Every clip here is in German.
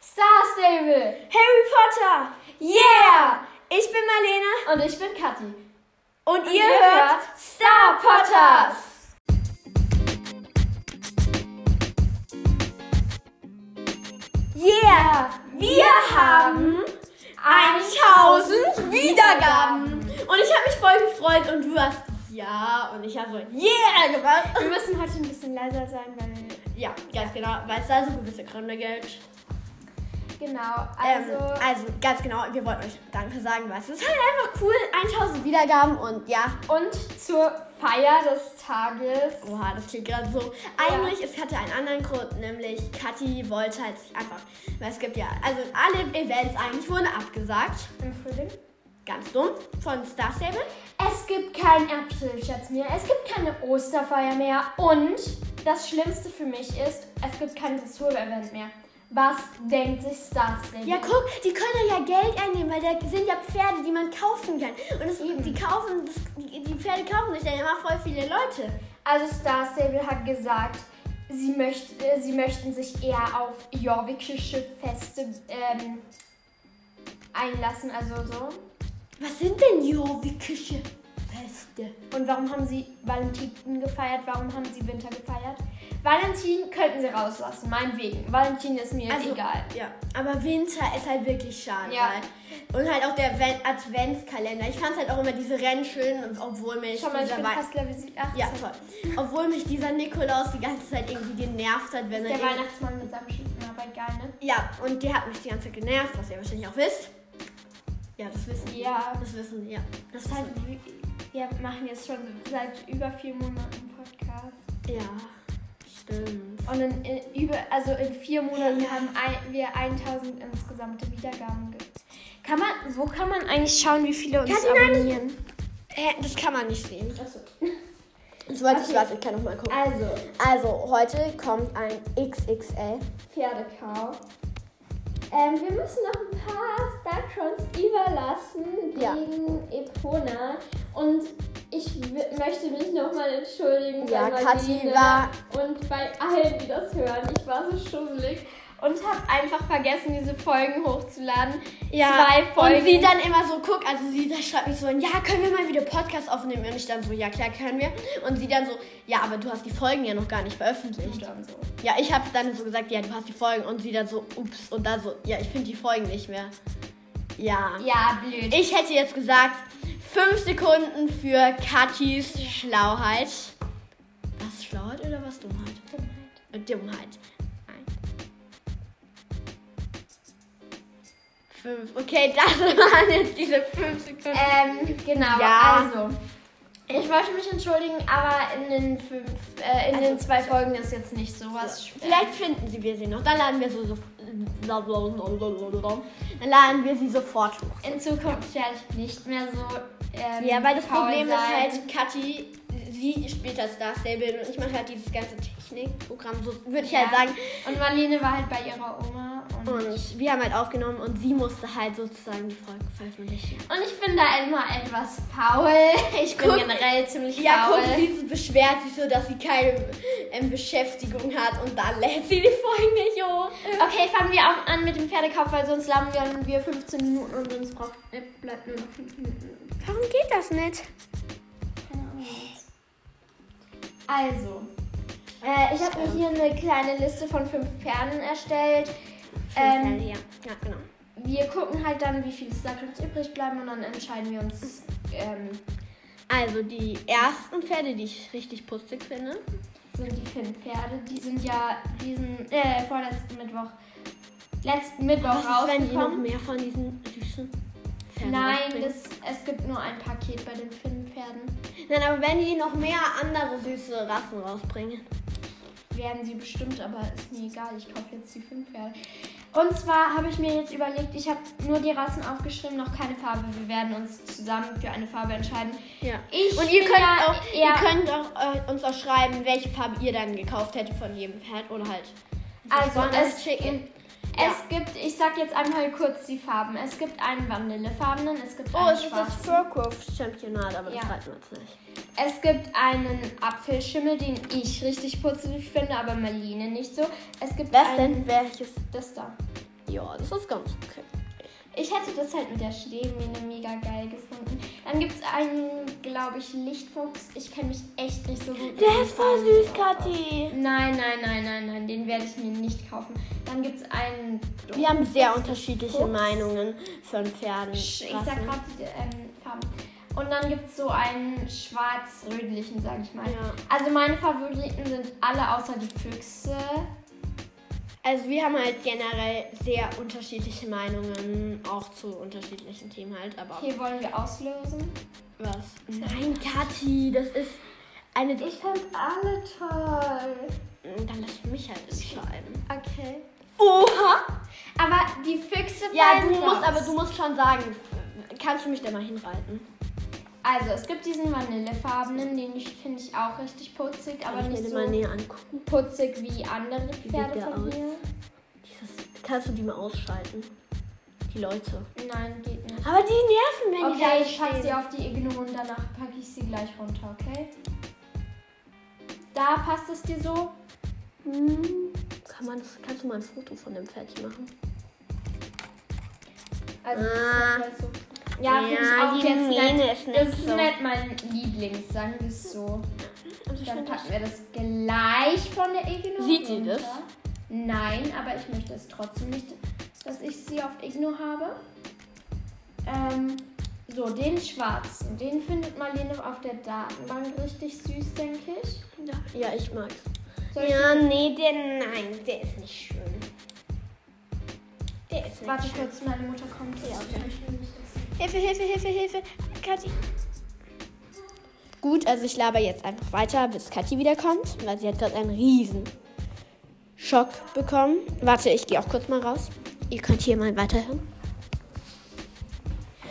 Star Stable. Harry Potter! Yeah! Ich bin Marlene Und ich bin Kathi. und, ihr hört Star Potters. Yeah! Wir haben 1000 Wiedergaben! Und ich habe mich voll gefreut und du hast ja und ich habe so yeah gemacht. Wir müssen heute ein bisschen leiser sein, weil. Ja, ganz genau, weil es da so gewisse Gründe gibt. Genau, also. Also, ähm, also ganz genau, wir wollten euch Danke sagen, weil es ist halt einfach cool. 1000 Wiedergaben und ja, und zur Feier des Tages. Oha, das klingt gerade so. Eigentlich, es hatte einen anderen Grund, nämlich Kathi wollte halt sich einfach, weil es gibt ja, also alle Events eigentlich wurden abgesagt. Im Frühling. Ganz dumm, von Star Stable. Es gibt keinen Apfelschatz mehr. Es gibt keine Osterfeier mehr. Und das Schlimmste für mich ist, es gibt kein Dressur-Event mehr. Was denkt sich Star Stable? Ja, guck, die können ja Geld einnehmen, weil da sind ja Pferde, die man kaufen kann. Und das, die kaufen, das, die, die Pferde kaufen sich dann immer voll viele Leute. Also Star Stable hat gesagt, sie, möcht, äh, sie möchten sich eher auf jorvikische Feste ähm, einlassen, also so. Was sind denn Jorvikische Feste? Und warum haben sie Valentin gefeiert? Warum haben sie Winter gefeiert? Valentin könnten sie rauslassen, meinetwegen. Valentin ist mir Also, egal. Ja, aber Winter ist halt wirklich schade. Ja. Weil und halt auch der Adven- Adventskalender. Ich fand halt auch immer diese Rennen schön, und obwohl mich Schau mal, ich dieser bin Wei- fast Level 18. ja, toll. Obwohl mich dieser Nikolaus die ganze Zeit irgendwie genervt hat, wenn er Der irgendwie- Weihnachtsmann mit seinem Schlitten, aber egal, ne? Ja, und der hat mich die ganze Zeit genervt, was ihr wahrscheinlich auch wisst. Ja, das wissen die. Ja. Das wissen die, ja. Das Das ist ist halt. halt, wir machen jetzt schon seit über vier Monaten Podcast. Ja. Stimmt. Und in, in, über, also in vier Monaten Ja. haben ein, wir 1000 insgesamte Wiedergaben. Ge kann man, wo kann man eigentlich schauen, wie viele uns Kathi, nein, das- abonnieren? Äh, das kann man nicht sehen. Achso. Das wollte Okay. ich, warte, ich kann nochmal gucken. Also, Also, heute kommt ein XXL. Pferdekau. Ähm, wir müssen noch ein paar Starcrons überlassen Ja. wegen Epona. Und ich w- möchte mich nochmal entschuldigen Ja, bei Kathi Marlene war- und bei allen, die das hören. Ich war so schusselig und habe einfach vergessen, diese Folgen hochzuladen. Zwei Folgen. Und sie dann immer so, guck, also sie schreibt mich so, an, ja, können wir mal wieder Podcast aufnehmen? Und ich dann so, ja, klar, können wir. Und sie dann so, ja, aber du hast die Folgen ja noch gar nicht veröffentlicht. Und dann so. Ja, ich habe dann so gesagt, ja, du hast die Folgen. Und sie dann so, ups. Und dann so, ja, ich finde die Folgen nicht mehr. Ja. Ja, blöd. Ich hätte jetzt gesagt, fünf Sekunden für Katis Schlauheit. Was Schlauheit oder was Dummheit? Äh, Dummheit. Nein. Fünf. Okay, das waren jetzt diese fünf Sekunden. Ähm, genau, Ja. also. Ich wollte mich entschuldigen, aber in den, fünf, äh, in Also, den zwei Folgen ist jetzt nicht sowas. So. Vielleicht finden sie wir sie noch. Dann laden wir sie so. Dann laden wir sie sofort hoch. In Zukunft werde ich nicht mehr so. Ähm, Ja, weil das faul Problem ist sein. halt, Kathi, sie spielt das Star Stable und ich mache halt dieses ganze Technikprogramm, so würde ich halt Ja. sagen. Und Marlene war halt bei ihrer Oma. Und, und. Und wir haben halt aufgenommen und sie musste halt sozusagen die Folge veröffentlichen. ich bin da immer etwas faul. Ich bin Guck- generell ziemlich Ja, faul. guck, sie beschwert sich so, dass sie keine ähm, Beschäftigung hat und dann lädt sie die Folge nicht hoch. Okay, fangen wir auch an mit dem Pferdekauf, weil sonst laden wir, wir 15 Minuten und uns braucht, äh, bleibt nur noch 5 Minuten. Warum geht das nicht? Also, äh, ich habe mir hier eine kleine Liste von fünf Pferden erstellt. Ähm, ja. ja, genau. Wir gucken halt dann, wie viele Starcrafts übrig bleiben und dann entscheiden wir uns. Ähm, Also die ersten Pferde, die ich richtig putzig finde. sind die fünf Pferde. Die sind ja diesen äh, vorletzten Mittwoch, letzten Mittwoch Was ist, wenn die noch rausgekommen. mehr von diesen süßen Pferden Nein, rausbringen? das, es gibt nur ein Paket bei den fünf Pferden. Nein, aber wenn die noch mehr andere süße Rassen rausbringen. Werden sie bestimmt, aber ist mir egal. Ich kaufe jetzt die fünf Pferde. Und zwar habe ich mir jetzt überlegt, ich habe nur die Rassen aufgeschrieben, noch keine Farbe. Wir werden uns zusammen für eine Farbe entscheiden. Ja. Ich Und ihr bin könnt ja auch, ihr eher- könnt auch äh, uns auch schreiben, welche Farbe ihr dann gekauft hättet von jedem Pferd oder halt. Also Sondern es, schicken. es gibt, ich sag jetzt einmal kurz die Farben. Es gibt einen vanillefarbenen, es gibt Oh, einen es ist das schwarzen. Furcroft-Championat, aber Ja. das halten wir uns nicht. Es gibt einen Apfelschimmel, den ich richtig putzig finde, aber Marlene nicht so. Es gibt einen, Ähm, Welches? das da. Ja, das ist ganz okay. Ich hätte das halt mit der Schneemine mega geil gefunden. Dann gibt es einen, glaube ich, Lichtfuchs. Ich kenne mich echt nicht so gut. mit Der ist voll Farben süß, aus. Kathi. Nein, nein, nein, nein, nein. Den werde ich mir nicht kaufen. Dann gibt es einen. Wir haben sehr unterschiedliche Fuchs. Meinungen von Pferden. Sch- Ich sag Rassen. gerade die ähm, Farben. Und dann gibt es so einen schwarz-rötlichen, sag ich mal. Ja. Also meine Favoriten sind alle außer die Füchse. Also wir haben halt generell sehr unterschiedliche Meinungen, auch zu unterschiedlichen Themen halt, aber Okay, wollen wir auslösen? was? Nein, Kathi, das ist eine... Ich fand alle toll. Dann lass mich halt entscheiden. Okay. Oha! Aber die Füchse Ja, bleiben du musst, raus. aber du musst schon sagen, kannst du mich da mal hinreiten? Also, es gibt diesen vanillefarbenen, den ich finde ich auch richtig putzig, aber Kann ich nicht mir den so mal näher angucken. putzig wie andere Pferde der von aus? mir. Dieses, kannst du die mal ausschalten? Die Leute. Nein, geht nicht. Aber die nerven, wenn die da Okay, ich pack sie stehen. auf die Ignore und danach packe ich sie gleich runter, okay? Da passt es dir so? Hm, Kann man, kannst du mal ein Foto von dem Pferdchen machen? Also, das Ah. ist halt so. Ja, finde ich auch jetzt nett. ist Das ist nicht mein Lieblings, sagen wir es so. Also ich Dann finde packen wir das gleich von der Igno. Sieht sie das? Nein, aber ich möchte es trotzdem nicht, dass ich sie auf Igno habe. Ähm, so, den schwarzen. Den findet Marlene auf der Datenbank richtig süß, denke ich. das- Ja, ich mag's. Soll ich nee, der, nein, der ist nicht schön. Der ist nicht Warte schön. kurz, meine Mutter kommt. eh, Ja, okay. Ich will nicht, dass sie- Hilfe, Hilfe, Hilfe, Hilfe. Kathi. Gut, also ich laber jetzt einfach weiter, bis Kathi wiederkommt, weil sie hat gerade einen riesen Schock bekommen. Warte, ich gehe auch kurz mal raus. Ihr könnt hier mal weiterhören.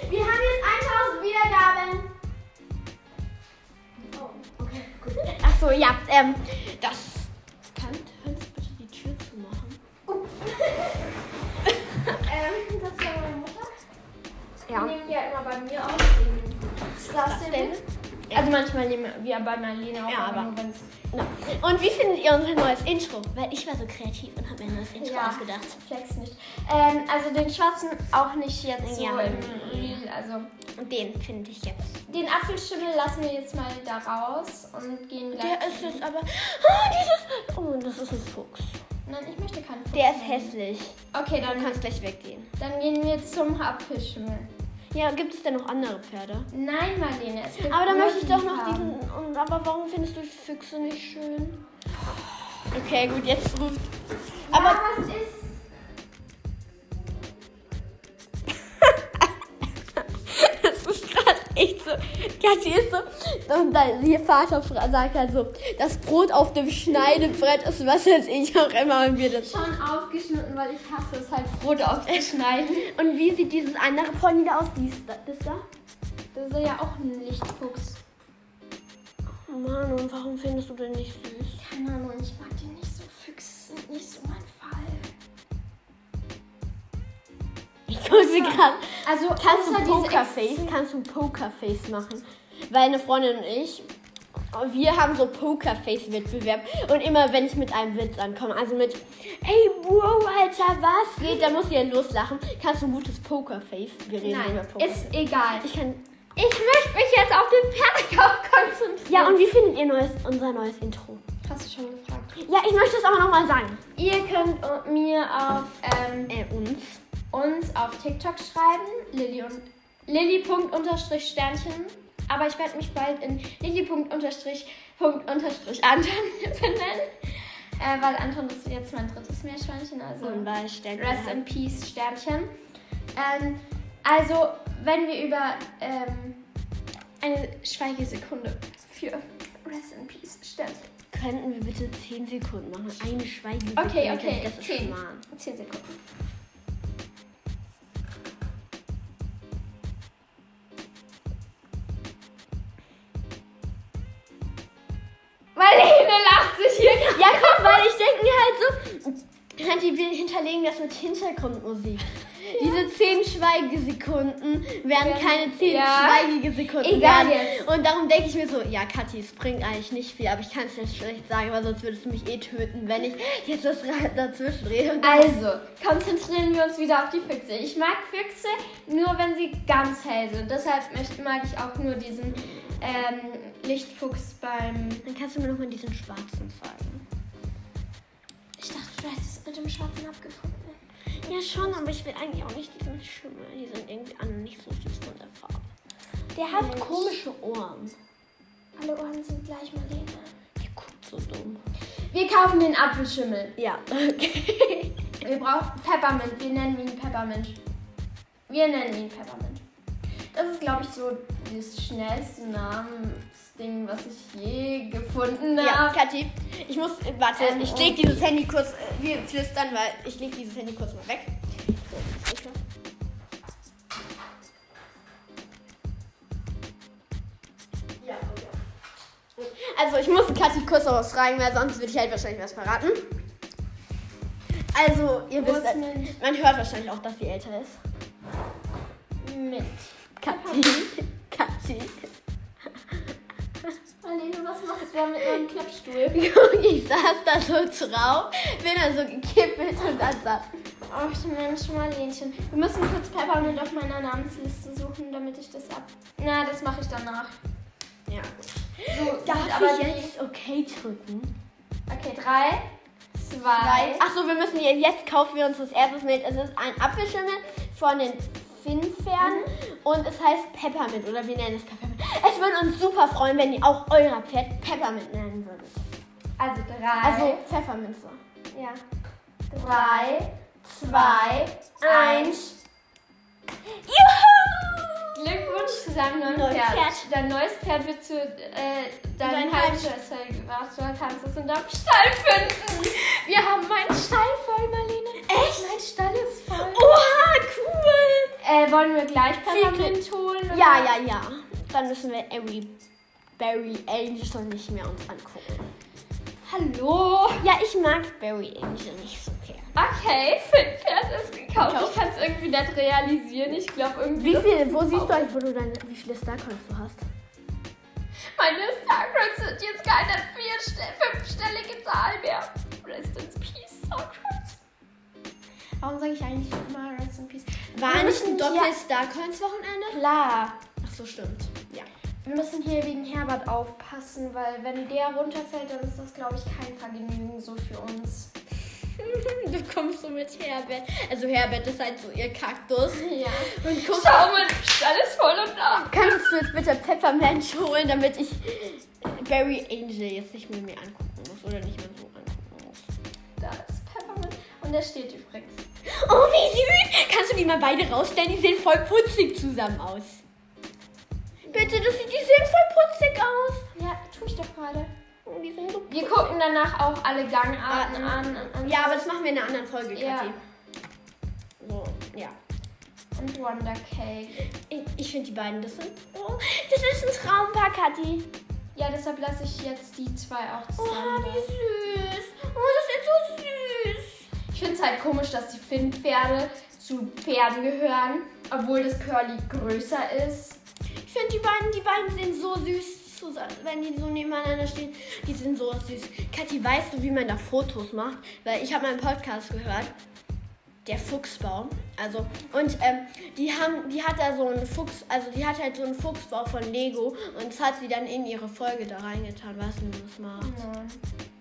Wir haben jetzt 1000 Wiedergaben. Oh, okay, gut. Ach so, ja, ähm, das. Kann, könntest bitte die Tür zumachen? ähm, das war meine Mutter. Ja. Die nehmen ja immer bei mir auf. Schlafstelle. Also manchmal nehmen wir bei Marlene auch, Ja, aber- aber nur wenn es Na. Und wie findet ihr unser neues Intro? Weil ich war so kreativ und habe mir ein neues Intro Ja. ausgedacht. Flex nicht. Ähm, also den schwarzen auch nicht jetzt so Ja. Mhm. im Real. Also Und den finde ich jetzt. den Apfelschimmel lassen wir jetzt mal da raus und gehen gleich. Der ist jetzt aber. Ah, dieses. Oh, das ist ein Fuchs. Nein, ich möchte keinen. Der ist Fuchs. hässlich. Okay, Du dann, kannst gleich weggehen. dann gehen wir zum Apfelschimmel. Ja, gibt es denn noch andere Pferde? Nein, Marlene, es gibt Aber da nur möchte ich doch die noch Farben. diesen. und- Aber warum findest du Füchse nicht schön? Okay, gut, jetzt ruft. Aber ja, was ist? Das ist gerade echt so. Kathi ist so. Und dann ihr Vater fra- sagt halt so: Das Brot auf dem Schneidebrett ist was weiß ich auch immer. Und, wir das. Schon aufgeschnitten, weil ich hasse es halt Brot aufzuschneiden. und wie sieht dieses andere Pony da aus? Dies, da- das da? Das ist ja auch ein Lichtfuchs. Mann, und warum findest du den nicht süß? Keine Ahnung, ich mag den nicht so. Füchse sind nicht so mein Fall. Ich gucke gerade. Also Kannst du außer ein diese Pokerface? Extrem- Kannst du ein Pokerface machen? Weil eine Freundin und ich, wir haben so Pokerface-Wettbewerb. Und immer wenn ich mit einem Witz ankomme, also mit Hey Bro, Alter, was geht? Dann muss ich ja loslachen. Kannst du ein gutes Pokerface? Wir reden über Nein, Poker. ist egal. ich kann. Ich möchte mich jetzt auf den Pferdekauf konzentrieren. Ja, und wie findet ihr neues, unser neues Intro? hast du schon gefragt. Ja, ich möchte es aber nochmal sagen. Ihr könnt äh, mir auf ähm, Äh, uns. uns auf TikTok schreiben, Lilly und Lilly. Punkt unterstrich Sternchen. Aber ich werde mich bald in Lilly. Punkt unterstrich Punkt unterstrich Anton benennen. Äh, weil Anton ist jetzt mein drittes Meerschweinchen. Also Und bei Stärke. Rest in Peace Sternchen. Ähm, also, wenn wir über ähm, eine Schweigesekunde für Rest in Peace Sternchen. Könnten wir bitte 10 Sekunden machen? Eine Schweigesekunde. Okay, okay, Das ist zehn. schmarrn. 10 Sekunden. Marlene lacht sich hier gerade. Ja, guck, weil ich denke mir halt so, Nein, die will- hinterlegen das mit Hintergrundmusik. Diese zehn Schweigesekunden werden keine zehn Ja. schweigige Sekunden Egal werden. jetzt. Und darum denke ich mir so, ja, Kathi, es bringt eigentlich nicht viel, aber ich kann es jetzt schlecht sagen, weil sonst würdest du mich eh töten, wenn ich jetzt das Rad dazwischen rede. Und Also, konzentrieren wir uns wieder auf die Füchse. Ich mag Füchse nur, wenn sie ganz hell sind. Deshalb möcht- mag ich auch nur diesen ähm, Lichtfuchs beim. Dann kannst du mir nochmal diesen schwarzen zeigen. Ich dachte, du hättest es mit dem Schwarzen abgefunden. Ja, schon, aber ich will eigentlich auch nicht diesen Schimmel. Die sind irgendwie an nicht so süß von der Farbe. Der Hat komische Ohren. Alle Ohren sind gleich, Marlene. Der guckt so dumm. Wir kaufen den Apfelschimmel. Ja, okay. Wir brauchen Peppermint. Wir nennen ihn Peppermint. Wir nennen ihn Peppermint. Das ist, glaube ich, so das schnellste Namensding, was ich je gefunden Ja, habe. Kathi, ich muss. Warte, Ähm, ich und- leg dieses Handy kurz. äh, Wir flüstern, weil ich leg dieses Handy kurz mal weg. So, sicher. Ja, okay. Also ich muss Kathi kurz noch was fragen, weil sonst würde ich halt wahrscheinlich was verraten. Also, ihr Wo wisst, ist mein- man hört wahrscheinlich auch, dass sie älter ist. Mit. Kathi, Kathi. Marlene, was machst du da mit meinem Klappstuhl? Junge, ich saß da so drauf, bin dann so gekippelt und dann saß Ach Mensch, Marlenchen. Wir müssen kurz Peppermint auf meiner Namensliste suchen, damit ich das ab. Na, das mache ich danach. Ja. So, Darf gut, aber ich die- jetzt okay drücken? Okay, drei, zwei. Achso, wir müssen jetzt, jetzt kaufen wir uns das erste mit. Es ist ein Apfelschimmel von den Finnpferden Mhm. und es heißt Peppermint oder wir nennen es Peppermint. Es würde uns super freuen, wenn ihr auch euer Pferd Peppermint nennen würdet. Also drei. Also Pfefferminze. ja. Drei, zwei, eins. Juhu! Glückwunsch zu seinem neuen Neues Pferd. Pferd. Dein neues Pferd wird zu äh, deinem Dein Halbschwester gebracht. Du kannst es in deinem Stall finden. Wir haben meinen Stall voll, Marlene. Echt? Mein Stall ist voll. Oha, cool! Äh, wollen wir gleich Viel Pfeffermint holen? oder? Ja, ja, ja. Dann müssen wir Every Barry Angel nicht mehr uns angucken. Hallo. Ja, ich mag Barry Angel nicht so gern. Okay, Finn Pferd ist gekauft. Ich kann es irgendwie nicht realisieren. Ich glaube irgendwie. Wie das viel, ist wo ein siehst du Baum. eigentlich, wo du deine, wie viele Starcoins du hast? Meine Starcracks sind jetzt keine vierste- fünfstellige Zahl mehr. Rest in Peace, Starcracks. Warum sage ich eigentlich immer Rest in Peace? Wir War nicht müssen ein hier- Doppel-Starcoins-Wochenende? Klar. Ach so, stimmt. Ja. Wir müssen hier wegen Herbert aufpassen, weil wenn der runterfällt, dann ist das, glaube ich, kein Vergnügen so für uns. Du kommst so mit Herbert. Also Herbert ist halt so ihr Kaktus. Ja. Und guck, Schau mal, alles voll und nach. kannst du jetzt bitte Peppermint holen, damit ich Barry Angel jetzt nicht mehr mir angucken muss oder nicht mehr so angucken muss. Da ist Peppermint und der steht übrigens. Oh, wie süß! Kannst du die mal beide rausstellen? Die sehen voll putzig zusammen aus. Bitte, das, die sehen voll putzig aus. Ja, tue ich doch gerade. Oh, die sind so putzig. Wir gucken danach auch alle Gangarten an. an Ja, aber das machen wir in einer anderen Folge, Ja. Kathi. So, ja. Und Wonder Cake. Ich, ich finde die beiden, das sind. Oh, das ist ein Traumpaar, Kathi. Ja, deshalb lasse ich jetzt die zwei auch Oha, zusammen. wie süß. Oh, das ist so süß. ich finde es halt komisch, dass die Finnpferde zu Pferden gehören, obwohl das Curly größer ist. Ich finde die beiden, die beiden sehen so süß zusammen, wenn die so nebeneinander stehen. Die sind so süß. Kathi, weißt du, wie man da Fotos macht? Weil ich habe meinen Podcast gehört. Der Fuchsbaum. Also, und ähm, die haben, die hat da so einen Fuchs, also die hat halt so einen Fuchsbau von Lego und das hat sie dann in ihre Folge da reingetan. Weißt du, wie man das macht? Oh Nein.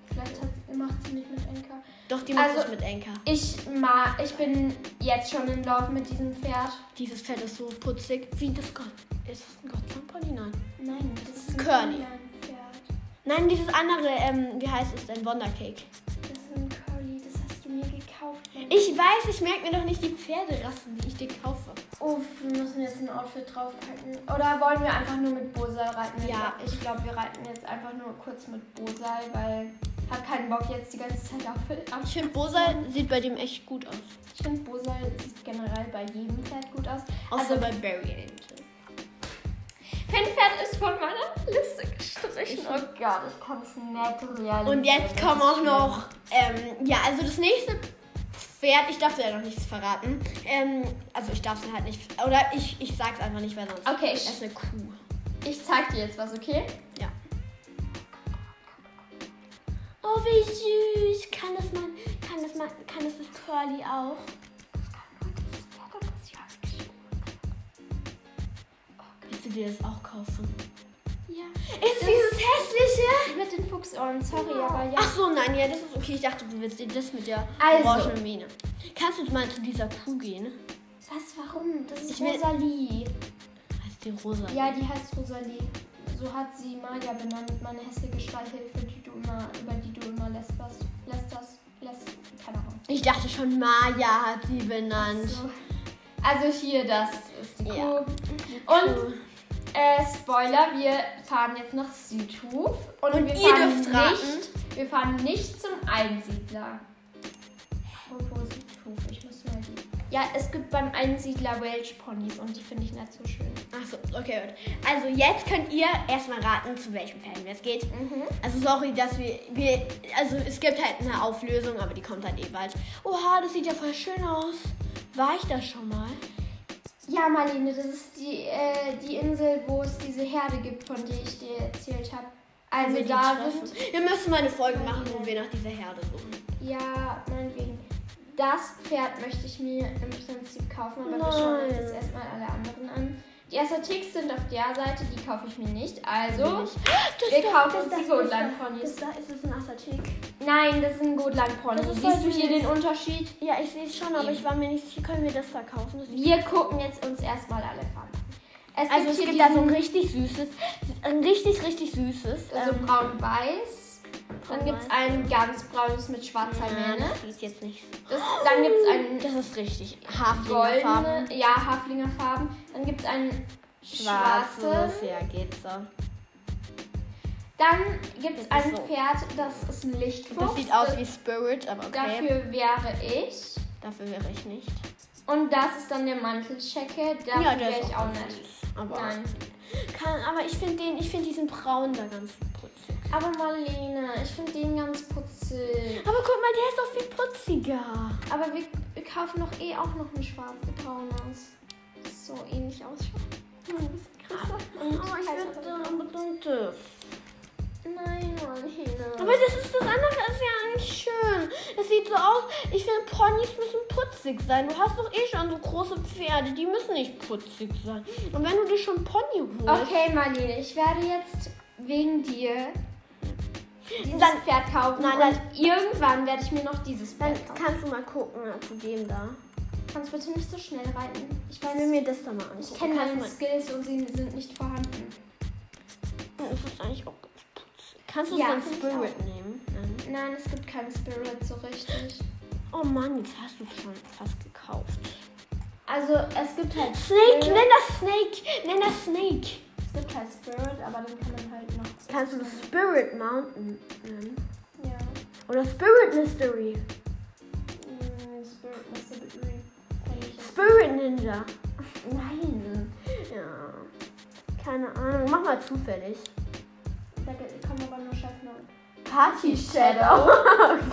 Vielleicht hat, macht sie nicht mit Enka. Doch, die macht Also- es mit Enka. Ich mag, ich bin jetzt schon in Love mit diesem Pferd. Dieses Fell ist so putzig. Wie das Gott. Ist das ein Gottschamp-Pony? Nein. Nein, das ist ein ein Curly. Pferd. Nein, dieses andere, ähm, wie heißt es denn? Wondercake. Das ist ein Curly, das hast du mir gekauft. Mann. Ich weiß, ich merke mir doch nicht die Pferderassen, die ich dir kaufe. Oh, wir müssen jetzt ein Outfit draufpacken. Oder wollen wir einfach nur mit Bosal reiten? Ja. Ich glaube, wir reiten jetzt einfach nur kurz mit Bosal, weil ich habe keinen Bock jetzt die ganze Zeit auf Ich Outfit. finde, Bosa sieht bei dem echt gut aus. Ich finde, Bosal sieht generell bei jedem Pferd gut aus. Außer Also, bei Barry Angel. Pferd ist von meiner Liste gestrichen. Oh Gott, ich kann es nicht realisieren. Und jetzt kommen auch noch, ähm, ja, also das nächste Pferd. Ich darf dir ja noch nichts verraten. Ähm, also ich darf es halt nicht. Oder ich, ich sag's einfach nicht, weil sonst. Okay, Das ich, ist eine Kuh. ich zeig dir jetzt was, okay? Ja. Oh, wie süß. Kann das mal, kann das mal, kann das das Curly auch? Willst du dir das auch kaufen? Ja. Ist dieses hässliche? Mit den Fuchsohren, sorry, aber ja. Ach so, nein, ja, das ist okay. Ich dachte, du willst dir das mit der Also. orangenen Mähne. Kannst du mal zu dieser Kuh gehen? Was, warum? Das ist Ich will- Rosalie. Heißt die rosa? Ja, die heißt Rosalie. So hat sie Maja benannt, meine hässliche Streichhilfe, die du immer, über die du immer lästerst. Lästerst, lässt, keine Ahnung. Ich dachte schon, Maya hat sie benannt. So. Also hier, das ist die Kuh. Ja. Und Äh, Spoiler, wir fahren jetzt nach Südhof. Und, Und wir ihr fahren dürft nicht, raten. Wir fahren nicht zum Einsiedler. Apropos Südhof, ich muss mal die. Ja, es gibt beim Einsiedler Welsh Ponys und die finde ich nicht so schön. Achso, okay, gut. Also jetzt könnt ihr erstmal raten, zu welchem Fan es geht. Mhm. Also sorry, dass wir, wir. Also es gibt halt eine Auflösung, aber die kommt halt eh bald. Oha, das sieht ja voll schön aus. War ich da schon mal? Ja, Marlene, das ist die, äh, die Insel, wo es diese Herde gibt, von der ich dir erzählt habe. Also Mit den da Schweffen. sind. Wir müssen mal eine Folge machen, wo wir nach dieser Herde suchen. Ja, meinetwegen. Das Pferd möchte ich mir im Prinzip kaufen, aber wir schauen uns Nein. jetzt erstmal alle anderen an. Die Assertiks sind auf der Seite, die kaufe ich mir nicht. Also, wir kaufen uns die Gotland-Ponys. da ist es ein Assertik. Nein, das sind Das Gotland-Ponys. ist halt Siehst du voll hier süß. den Unterschied? Ja, ich sehe es schon, aber Eben. ich war mir nicht sicher, können wir das da kaufen? Das Wir gucken jetzt uns erstmal alle an. Es also es gibt gibt hier da so diesen, ein richtig süßes, ein richtig, richtig süßes. so ähm, braun-weiß. Dann gibt es ein ganz braunes mit schwarzer Ja, Mähne. das sieht jetzt nicht so. Das, dann gibt es einen Das ist richtig. Haarfarben. goldenen, ja, Haflingerfarben. Dann gibt es ein schwarzes. Schwarzes. Ja, geht's so. Dann gibt es Das ist ein so. Pferd, das ist ein Lichtfuchs. Das sieht aus wie Spirit, aber okay. Dafür wäre ich. Dafür, wäre ich nicht. Und das ist dann der Mantelschecke. Dafür wäre ich auch ganz nicht. süß, Aber, Nein. Kann, aber ich finde den, ich finde diesen braunen da ganz putzig. Aber Marlene, ich finde den ganz putzig. Aber guck mal, der ist auch viel putziger. Aber wir, wir kaufen doch eh auch noch einen schwarzen Taunus. Das So ähnlich ausschaut. Nur ein bisschen größer. Und Aber ich heißer. würde unbedingt das. Nein, Marlene. Aber das ist das andere ist ja eigentlich schön. Das sieht so aus. Ich finde Ponys müssen putzig sein. Du hast doch eh schon so große Pferde, die müssen nicht putzig sein. Und wenn du dir schon einen Pony holst, okay, Marlene, ich werde jetzt wegen dir dieses Dann- Pferd kaufen. Nein, und irgendwann werde ich mir noch dieses Pferd kaufen. kannst du mal gucken zu dem da. Kannst bitte nicht so schnell reiten. Ich Ich will weiß, mir das da mal angucken. ich kenne Kannst du meine mal- Skills und sie sind nicht vorhanden. Oh, Das ist eigentlich auch ganz putzig. Kannst du Ja, ja, so find ich Spirit nehmen? Nein. Nein, es gibt keinen Spirit so richtig. Oh Mann, jetzt hast du schon fast gekauft. Äh. Also es gibt halt Snake, Spirit. nenn das Snake, nenn das Snake. Es gibt halt Spirit, aber dann kann man halt noch. Kannst du Spirit Mountain nennen? Ja. Oder Spirit Mystery. Mm, Spirit müsste irgendwie. Spirit Ninja. Nein. Ja. Keine Ahnung, mach mal zufällig. Da ge- kommen aber nur Schatten. Party Shadow.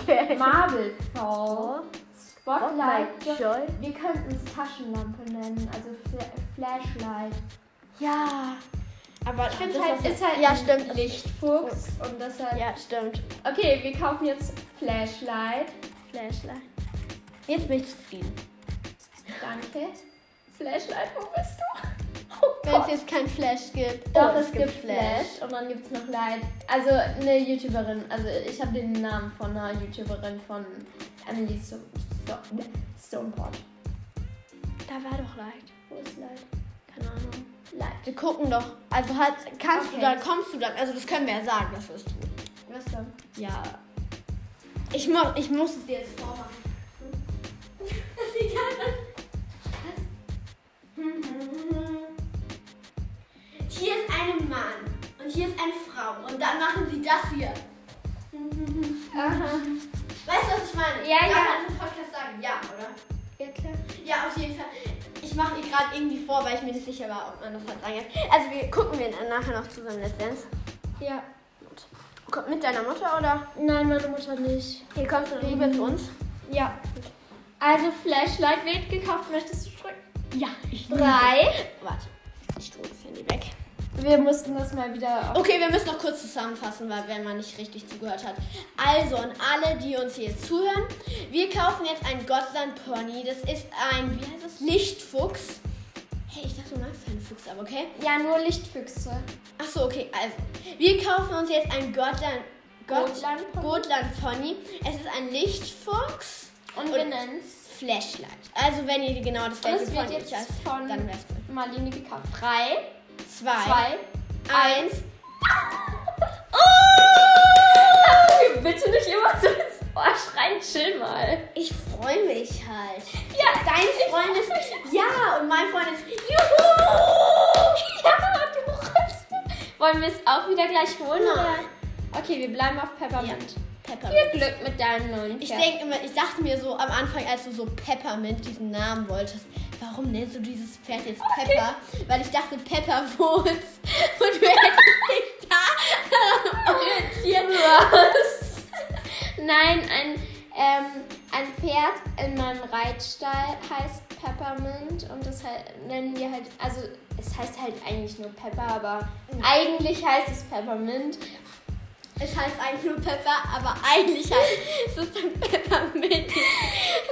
okay. Marble Fall. Spotlight. Oh, Spotlight Joy. Wir könnten es Taschenlampe nennen, also Fla- Flashlight. Ja. Aber Ich finde halt, ist halt Ja, ein stimmt. Lichtfuchs und deshalb. Ja, stimmt. Okay, wir kaufen jetzt Flashlight. Flashlight. Jetzt bin ich zufrieden. Danke. Flashlight, wo bist du? Oh Wenn es Gott. jetzt kein Flash gibt. Doch, Oh, es gibt Flash und dann gibt es noch Light. Also eine YouTuberin, also ich habe den Namen von einer YouTuberin von Emily Sto Sto Stonepot. Da war doch Light. Wo ist Light? Keine Ahnung. Light. Wir gucken doch. Also halt, kannst Okay. du dann, kommst du dann. Also das können wir ja sagen, das wirst du. Was denn? Ja. Ich, mu ich muss es dir jetzt vormachen. Das sieht Hier ist ein Mann und hier ist eine Frau und dann machen sie das hier. Aha. Weißt du, was ich meine? Ja, Darf ja. man im Podcast sagen? Ja, oder? Ja, klar. Ja, auf jeden Fall. Ich mache ihr gerade irgendwie vor, weil ich mir nicht sicher war, ob man das halt reingeht. Also wir gucken wir nachher noch zusammen Let's Dance. Ja. Komm, Mit deiner Mutter oder? Nein, meine Mutter nicht. Hier kommst du rüber zu uns. Ja. Also Flashlight wird gekauft. Möchtest du drücken? Ja, ich Mhm. Drei. Warte, ich tue das Handy weg. Wir mussten das mal wieder. Okay, wir müssen noch kurz zusammenfassen, weil wenn man nicht richtig zugehört hat. Also an alle, die uns hier jetzt zuhören, wir kaufen jetzt einen Gotland Pony. Das ist ein, wie heißt das? Lichtfuchs. Hey, ich dachte, du magst keinen Fuchs, aber okay. Ja, nur Lichtfüchse. Ach so, okay. Also, wir kaufen uns jetzt einen Gotland Gotland Pony? Gotland Pony. Es ist ein Lichtfuchs Und wir nennen's. Flashlight. Also, wenn ihr genau Das das gleiche wird Pony jetzt habt, von- dann wär's gut. Marlene gekauft. Drei, Zwei, zwei, eins. Oh! Bitte nicht immer so ins Ohr schreien, chill mal. Ich freue mich halt. Ja, Dein Freund ist. Ja, und mein Freund ist. Oh! Juhu! Ja, du rutschst. Wollen wir es auch wieder gleich holen? Nein. Oder? Okay, wir bleiben auf Peppermint. Viel Peppermint. Glück mit deinem neuen Ich Pferd. denke immer, ich dachte mir so am Anfang, als du so Peppermint diesen Namen wolltest, warum nennst du dieses Pferd jetzt Pepper? Weil ich dachte, Pepper wohnt und du hättest dich da orientieren. Was? Nein, ein, ähm, ein Pferd in meinem Reitstall heißt Peppermint und das halt, nennen wir halt, also es heißt halt eigentlich nur Pepper, aber Mhm. eigentlich heißt es Peppermint. Es heißt eigentlich nur Pepper, aber eigentlich heißt es dann Peppermint.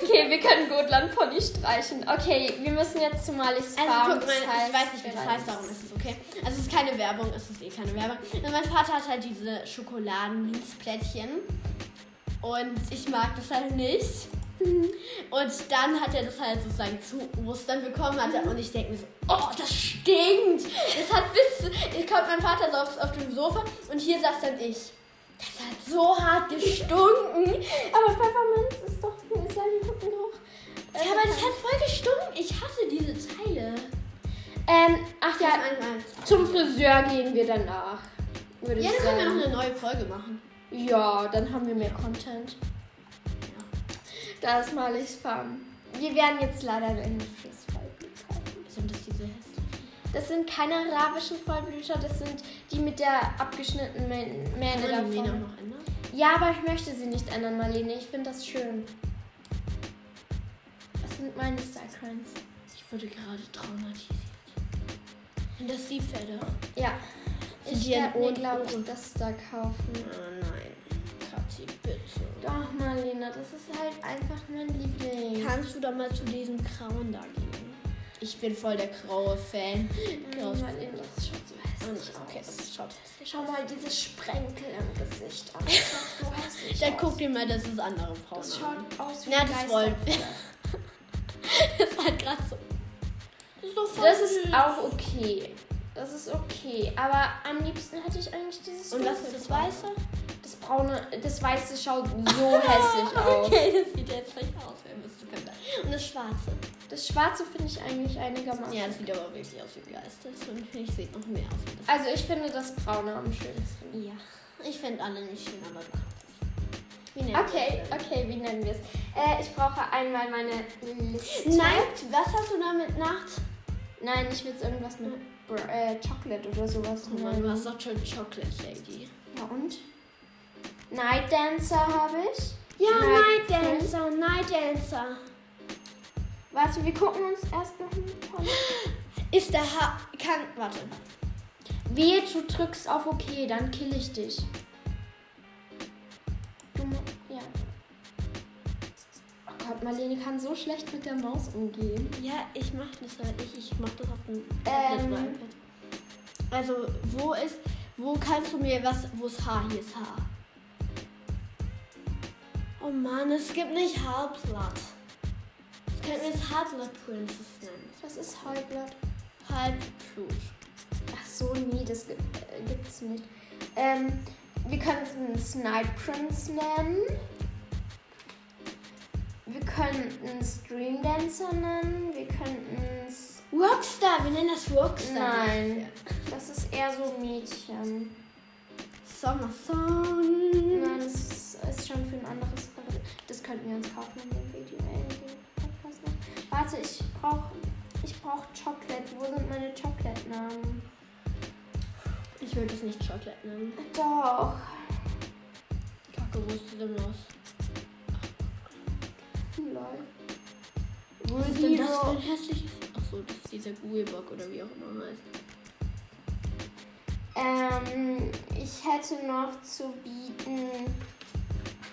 Okay, wir können Gotland Pony streichen. Okay, wir müssen jetzt zu Malis Also Farm. guck mal, das heißt, ich weiß nicht, wie wir das reiten. heißt, darum ist es okay. Also es ist keine Werbung, es ist eh keine Werbung. Und mein Vater hat halt diese Schokoladenminzplättchen und ich mag das halt nicht. Mhm. Und dann hat er das halt sozusagen zu Ostern bekommen hat er, und ich denke mir so, oh, das stinkt. Das hat bis, ich kommt mein Vater so auf, auf dem Sofa und hier saß dann ich. Das hat so hart gestunken. Aber Pfefferminz ist doch ein kleiner Puppenhoch. Ja, aber das hat voll gestunken. Ich hasse diese Teile. Ähm, ach ja, einmal. zum Friseur gehen wir danach. Würde Ja, ich dann sagen. können wir noch eine neue Folge machen. Ja, dann haben wir mehr Content. Da ist Marlies Farm. Wir werden jetzt leider ein englisches Vollblüter. haben. Sind das diese hässlichen? Das sind keine arabischen Vollblüter, das sind die mit der abgeschnittenen Mä- Mähne Können wir die davon. noch ändern? Ja, aber ich möchte sie nicht ändern, Marlene. Ich finde das schön. Das sind meine Starcrines. Ich wurde gerade traumatisiert. Und das die Pferde. Ja. Sind Ich die in werde mir, Ohren- glaube ich, das da Oh kaufen. nein. Kathi, bitte. Doch, Marlene, das ist halt einfach mein Liebling. Kannst du da mal zu diesem Grauen da gehen? Ich bin voll der graue Fan. Kann ich Marlene, das schaut so Und hässlich Mhm, ich, Ah, okay, aus. das schaut hässlich. Schau mal dieses Sprenkel im Gesicht an. Das schaut so hässlich Dann aus. guck dir mal das ist andere Frauen Das an. schaut aus wie Na, ein das Geister- wollen wir. Das war gerade so. So voll Das ist süß. auch okay. Das ist okay. Aber am liebsten hätte ich eigentlich dieses. Und was ist das dunkelbraune. Weiße? Das braune, das weiße schaut so hässlich aus. Okay, das sieht jetzt nicht aus, wenn wir es können. Und das Schwarze. Das schwarze finde ich eigentlich einigermaßen. Ja, das sieht aber wirklich aus wie Geister. Und ich sehe noch mehr aus wie das. Also ich finde das braune am schönsten. Ja. Ich finde alle nicht schön, aber du kannst es. Wie nennt man Okay, das okay, wie nennen wir es? Äh, ich brauche einmal meine Liste. denn? Nacht, was hast du damit Nacht? Nein, ich will jetzt irgendwas mit Br äh, Chocolate oder sowas Oh Mann, nennen. du hast doch schon Chocolate Lady. Ja und? Night Dancer habe ich. Ja, Night Night Dancer, Night Dancer. Warte, wir gucken uns erst noch einen Pony. Ist der Ha. Kann. Warte. Wehe, du drückst auf OK, dann kill ich dich. Du, mu- ja. Oh Gott, Marlene kann so schlecht mit der Maus umgehen. Ja, ich mach das halt nicht. Ich mach das auf dem Ähm. auf dem iPad. Also, wo ist. Wo kannst du mir was. Wo ist H? Hier ist H. Oh Mann, es gibt nicht Halbblatt. Das könnten wir jetzt Halbblatt Princess nennen. Was ist Heublatt? Halbblut. Ach so, nee, das gibt, äh, gibt's nicht. Ähm, wir könnten es Night Prince nennen. Wir könnten es Dream Dancer nennen. Wir könnten es Rockstar, wir nennen das Rockstar. Nein, das ist eher so Mädchen. Summer Song. Nein, das ist- ist schon für ein anderes. Das könnten wir uns kaufen in dem Video. Äh, in dem Podcast noch. Warte, ich brauche ich brauch Chocolate. Wo sind meine Chocolate-Namen? Ich würde es nicht Chocolate nennen. Doch. Kacke, wo ist diese Maus? Lol. Was ist denn das für ein hässliches? Achso, das ist dieser Googlebug oder wie auch immer heißt. Ähm, ich hätte noch zu bieten.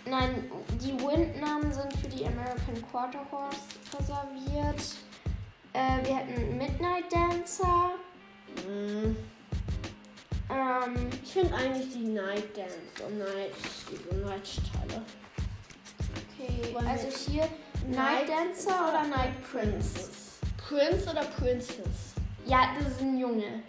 Nein, die Windnamen sind für die American Quarter Horse reserviert. Äh, wir hätten Midnight Dancer. Mm. Ähm, Ich finde eigentlich die Night Dance und Night, diese Night-Teile. okay, Wollen wir- also hier Night Dancer oder Night Prince? Prince oder Princess? Ja, das ist ein Junge.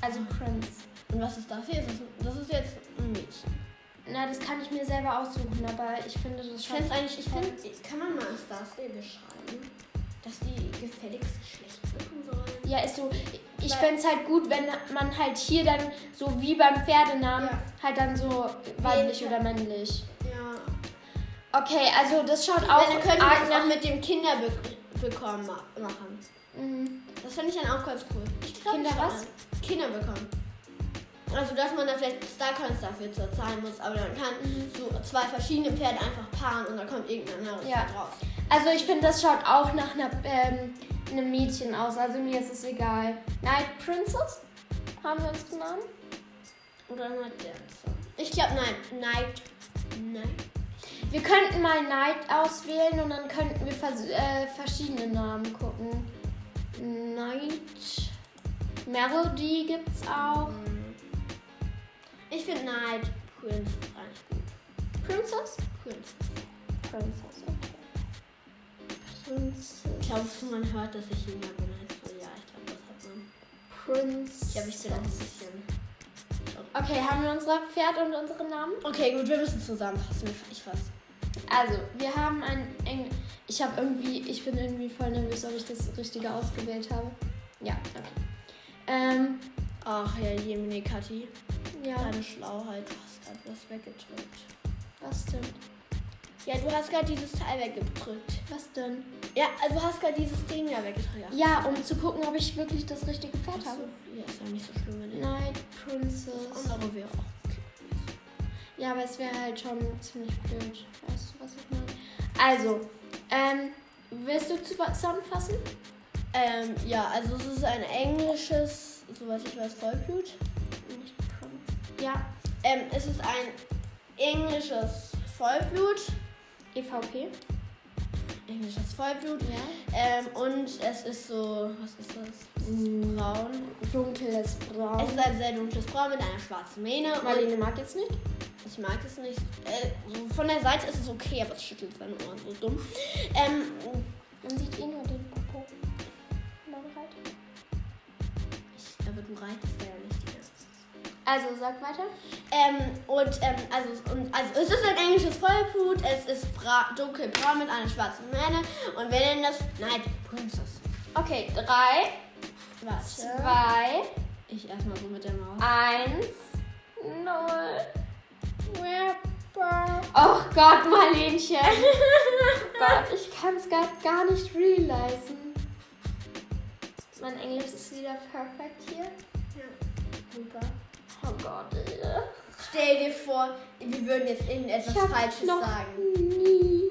Also Prince. Und was ist das hier? Ist das, das ist jetzt ein Mädchen. Na, das kann ich mir selber aussuchen, aber ich finde das Ich schon. finde es eigentlich, ich finde, kann man mal an Star Stable schreiben, dass die gefälligst schlecht wirken sollen? Ja, ist so. Ich Weil- fände es halt gut, wenn man halt hier dann so wie beim Pferdenamen Ja. halt dann so weiblich Männlich. oder männlich. Ja. Okay, also das schaut Auch auch Weil dann könnten wir arg das nach. auch mit dem Kinderbekommen ma machen. Mhm. Das finde ich dann auch ganz cool. glaub, Kinder ich was? Kinder bekommen. Also, dass man da vielleicht Starcoins dafür zu zahlen muss, aber dann kann so zwei verschiedene Pferde einfach paaren und dann kommt irgendein anderes Ja. Pferd raus. Also ich finde, das schaut auch nach einer, ähm, einem Mädchen aus. Also mir ist es egal. Night Princess haben wir uns genannt. Oder Night Dancer. Ich glaube, nein. Night. Night. Wir könnten mal Night auswählen und dann könnten wir vers äh, verschiedene Namen gucken. Night. Melody gibt's auch. Mhm. Ich finde Night Prince eigentlich gut. Princess? Prince. Princess, okay. Princess. Glaubst du, man hört, dass ich jemand bin? Also, ja, ich glaube, das hat man. Princess. Ich glaube, ich bin auch ein bisschen. Okay, haben wir unser Pferd und unseren Namen? Okay, gut, wir müssen zusammenfassen. Ich fasse. Also, wir haben ein Eng Ich habe irgendwie, ich bin irgendwie voll nervös, ob ich das Richtige ausgewählt habe. Ja, okay. Ähm, Ach ja, Jemine Kathi. ja, Deine Schlauheit, du hast gerade was weggedrückt. was denn? Ja, du hast gerade dieses Teil weggedrückt. Was denn? Ja, also du hast gerade dieses Ding ja weggedrückt. Ja, um zu gucken, ob ich wirklich das richtige Pferd Achso. habe. Ja, ist ja nicht so schlimm, wenn ich. Night Das Princess. andere wäre auch okay. Ja, aber es wäre halt schon ziemlich blöd. Weißt du, was ich meine? Also, ähm, willst du zusammenfassen? Ähm, ja, also es ist ein englisches, soweit ich weiß, Vollblut. Nicht Prince. Ja, Ähm, es ist ein englisches Vollblut. E EVP. Englisches Vollblut. Ja. Ähm, und es ist so, was ist das? Braun. Dunkles Es Braun. ist ein sehr dunkles Braun mit einer schwarzen Mähne. und- Marlene mag jetzt nicht. Ich mag es nicht. Äh, so von der Seite ist es okay, aber es schüttelt seine Ohren so dumm. Ähm, Man sieht eh nur den Popo. halt. Laureit. ich, aber du reitest da ja nicht die ganze Zeit. Also, sag weiter. ähm, und, ähm, also, und, also es ist ein englisches Vollblut, es ist bra dunkelbraun mit einer schwarzen Mähne und wir nennen das Night Princess. Okay, drei, Warte. zwei, Ich erstmal so mit der Ah, Maus. eins, null. Oh Gott, Marlenchen. oh Gott, ich kann es gar, gar nicht realisen. Mein Englisch ist wieder perfekt hier. Super. Oh Gott, ey. Stell dir vor, wir würden jetzt irgendetwas Ich hab Falsches noch sagen. nie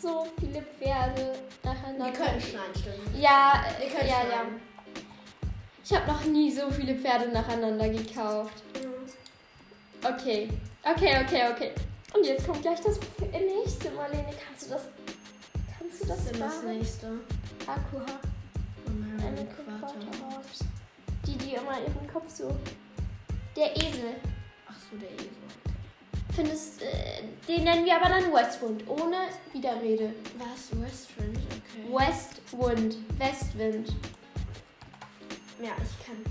so viele Pferde nacheinander. Wir können schneiden, stimmt. Ja, Wir äh, können ja, ja. schneiden. Ich habe noch nie so viele Pferde nacheinander gekauft. Okay, okay, okay, okay. Und jetzt kommt gleich das Pf- nächste, Marlene. Kannst du das? Kannst du Das das Hm, ist das sagen? nächste. Akuha, eine American Quarter. Quarterhorse. Die, die immer ihren Kopf so. Der Esel. Ach so, der Esel. Findest, äh, den nennen wir aber dann Westwind, ohne Widerrede. Was? Westfriend? Okay. Westwind, Westwind. Ja, ich kann.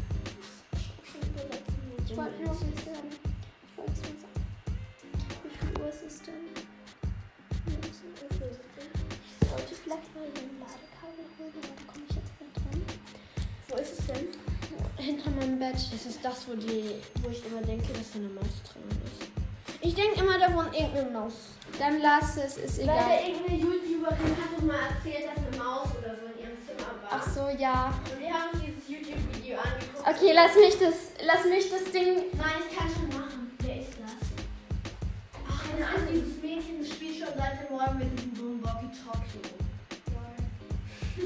Ich wollte nur was sagen. Ich wollte es nur sagen. Wie viel Uhr ist es denn? Ja, es ist 11 Uhr. Ich sollte vielleicht mal ein Ladekabel holen, aber da komme ich jetzt nicht dran. Wo ist es denn? Hinter meinem Bett. Es ist das, wo, die, wo ich immer denke, dass da eine Maus drin ist. Ich denke immer, da wohnt irgendeine Maus. Dann lass es, ist egal. irgendeine YouTuberin hat doch mal erzählt, dass eine Maus oder so in ihrem Zimmer Ach so, ja. Und wir haben uns dieses YouTube-Video angeguckt. Okay, lass mich das, lass mich das Ding. Nein, ich kann schon machen. Wer ist das? Ach, Mann an, dieses Mädchen spielt schon seit dem Morgen mit diesem dummen Walkie Talkie.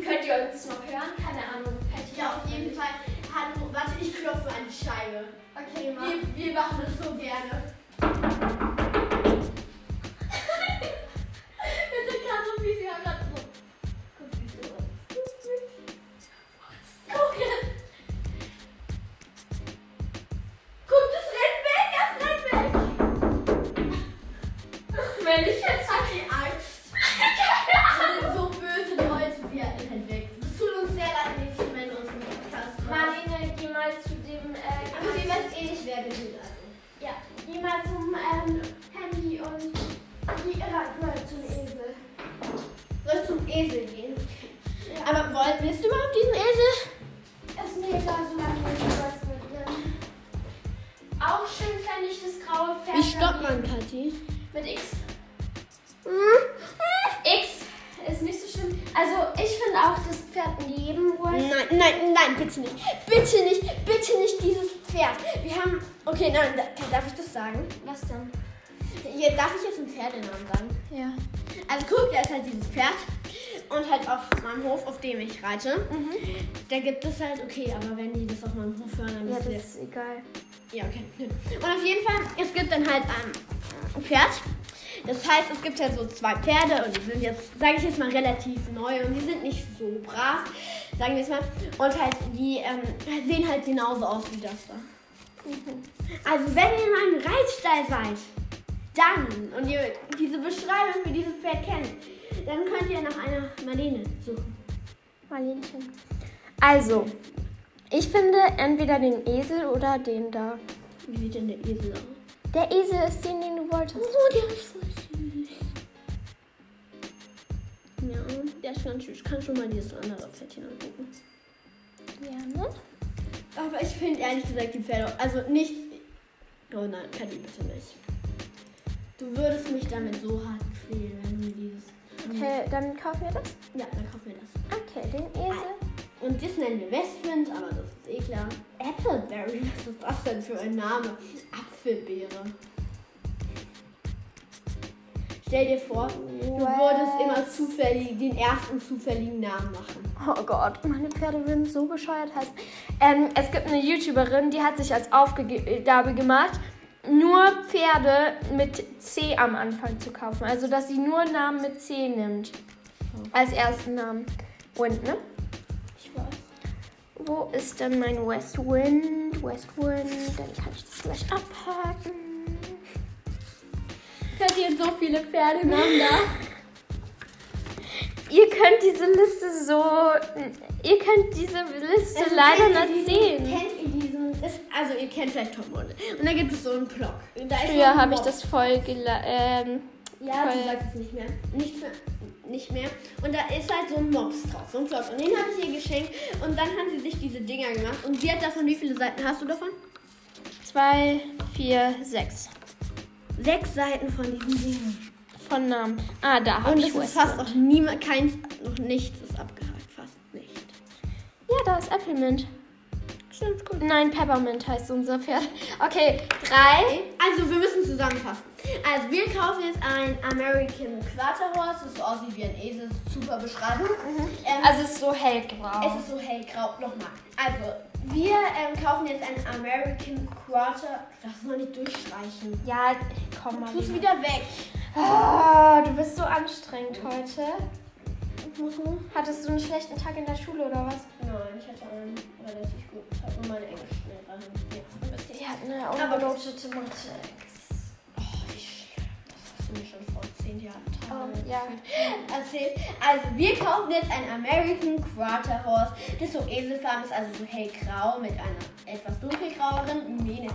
Könnt ihr uns noch hören? Keine Ahnung. Hätte Ja, auf jeden Fall. Hallo, warte, ich klopfe an die Scheibe. Okay, mach. Wir, wir machen das so gerne. Wir sind gerade so wie sie haben gerade so. Guck, wie sie Guck, es rennt weg, es rennt weg. Wenn ich jetzt Hat halt die Angst? Wir sind so böse Leute, wir rennen weg. Es tut uns sehr leid, Mädchen, wenn du uns im Podcast hörst. Marlene, geh mal zu dem, Aber äh, sie weiß eh nicht, wer wir sind. Also. ja, geh mal zum ähm, Handy und geh ran, mal zum Esel. Soll ich zum Esel gehen? Aber wollt, willst du überhaupt diesen Esel? Das ist mir egal, solange ich was mit drin. Auch schön fände ich das graue Pferd. Wie stoppt man, Kathi? Mit X. X ist nicht so schlimm. Also ich finde auch das Pferd in jedem Wolf. Nein, nein, nein, bitte nicht. Bitte nicht, bitte nicht dieses Pferd. Wir haben. Okay, nein, da- darf ich das sagen? Was denn? Ja, darf ich jetzt einen Pferdenamen sagen? Ja. Also guck, da ist halt dieses Pferd. Und halt auf meinem Hof, auf dem ich reite. Mhm. Da gibt es halt, okay, aber wenn die das auf meinem Hof hören, dann Ja, wissen das wir- ist egal. Ja, okay. Und auf jeden Fall, es gibt dann halt ein Pferd. Das heißt, es gibt ja so zwei Pferde und die sind jetzt, sage ich jetzt mal, relativ neu und die sind nicht so brav, sagen wir es mal. Und halt, die ähm, sehen halt genauso aus wie das da. Also, wenn ihr in einem Reitstall seid, dann, und ihr diese Beschreibung für dieses Pferd kennt, dann könnt ihr nach einer Marlene suchen. Marlenchen. Also, ich finde entweder den Esel oder den da. Wie sieht denn der Esel aus? Der Esel ist den, den du wolltest. Oh, der ist voll süß. Ja, der ist ganz süß. Ich kann schon mal dieses andere Pferdchen angucken. Ja, ne? Aber ich finde ehrlich gesagt die Pferde, also nicht. Oh nein, kann die bitte nicht. Du würdest mich damit so hart quälen, wenn du dieses. Okay, dann kaufen wir das. Ja, dann kaufen wir das. Okay, den Esel. Und das nennen wir Westwind, aber das ist eh klar. Appleberry, was ist das denn für ein Name? Apfelbeere. Stell dir vor, du würdest immer zufällig den ersten zufälligen Namen machen. Oh Gott, meine Pferde würden so bescheuert heißen. Ähm, es gibt eine YouTuberin, die hat sich als Aufgabe gemacht, nur Pferde mit C am Anfang zu kaufen. Also, dass sie nur Namen mit C nimmt. Als ersten Namen. Wind, ne? Ich weiß. Wo ist denn mein Westwind? Westwind, dann kann ich das gleich abhaken. Könnt ihr so viele ne? Pferdenamen da? Ihr könnt diese Liste so. Ihr könnt diese Liste Also leider kennt ihr nicht diesen- sehen. Kennt ihr diesen? Das, also ihr kennt vielleicht Tom Model. Und da gibt es so einen Blog. Und Da ist so Früher ein habe ich Mob. das voll gela ähm, Ja, voll- du sagst es nicht mehr. Nicht, für, nicht mehr. Und da ist halt so ein Mops drauf, so ein Blog. Und den habe ich ihr geschenkt. Und dann haben sie sich diese Dinger gemacht. Und sie hat davon, wie viele Seiten hast du davon? 2, 4, 6 Sechs Seiten von diesen Dingen. von Namen. Ah, da habe Und ich es ist West. fast noch niemand, keins, noch nichts ist abgehakt. Fast nicht. Ja, da ist Applemint. Stimmt, gut. Nein, Peppermint heißt unser Pferd. Okay, 3. Also, wir müssen zusammenfassen. Also, wir kaufen jetzt ein American Quarter Horse. Das so aussieht wie ein Esel. Das ist Super Beschreibung. Ähm, Also es ist so hellgrau. es ist so hellgrau. Nochmal. Also, wir ähm, kaufen jetzt ein American Quarter. Lass es noch nicht durchstreichen. Ja, komm mal. Tu es Lena. wieder weg. Ah, du bist so anstrengend heute. Ich muss nur. Hattest du einen schlechten Tag in der Schule oder was? Nein, ich hatte einen relativ guten Tag. Nur meine Englischlehrerin. Ja, ein bisschen. Die hat eine Aber- ungelotete Mathe. Oh, wie schlimm. Das hast du mir schon vor zehn Jahren Oh, ja. erzählt. Also wir kaufen jetzt ein American Quarter Horse, das so eselfarben ist, also so hellgrau mit einer etwas dunkelgraueren Mähne.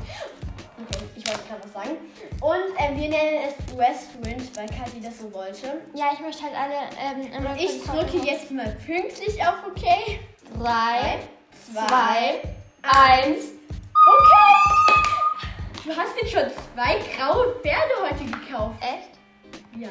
Okay, ich wollte gerade was sagen. Und äh, wir nennen es Westwind, weil Kathi das so wollte. Ja, ich möchte halt alle ähm, immer Ich drücke jetzt mal pünktlich auf OK. 3, Zwei. 1. Okay! Du hast jetzt schon zwei graue Pferde heute gekauft. Echt? Ja.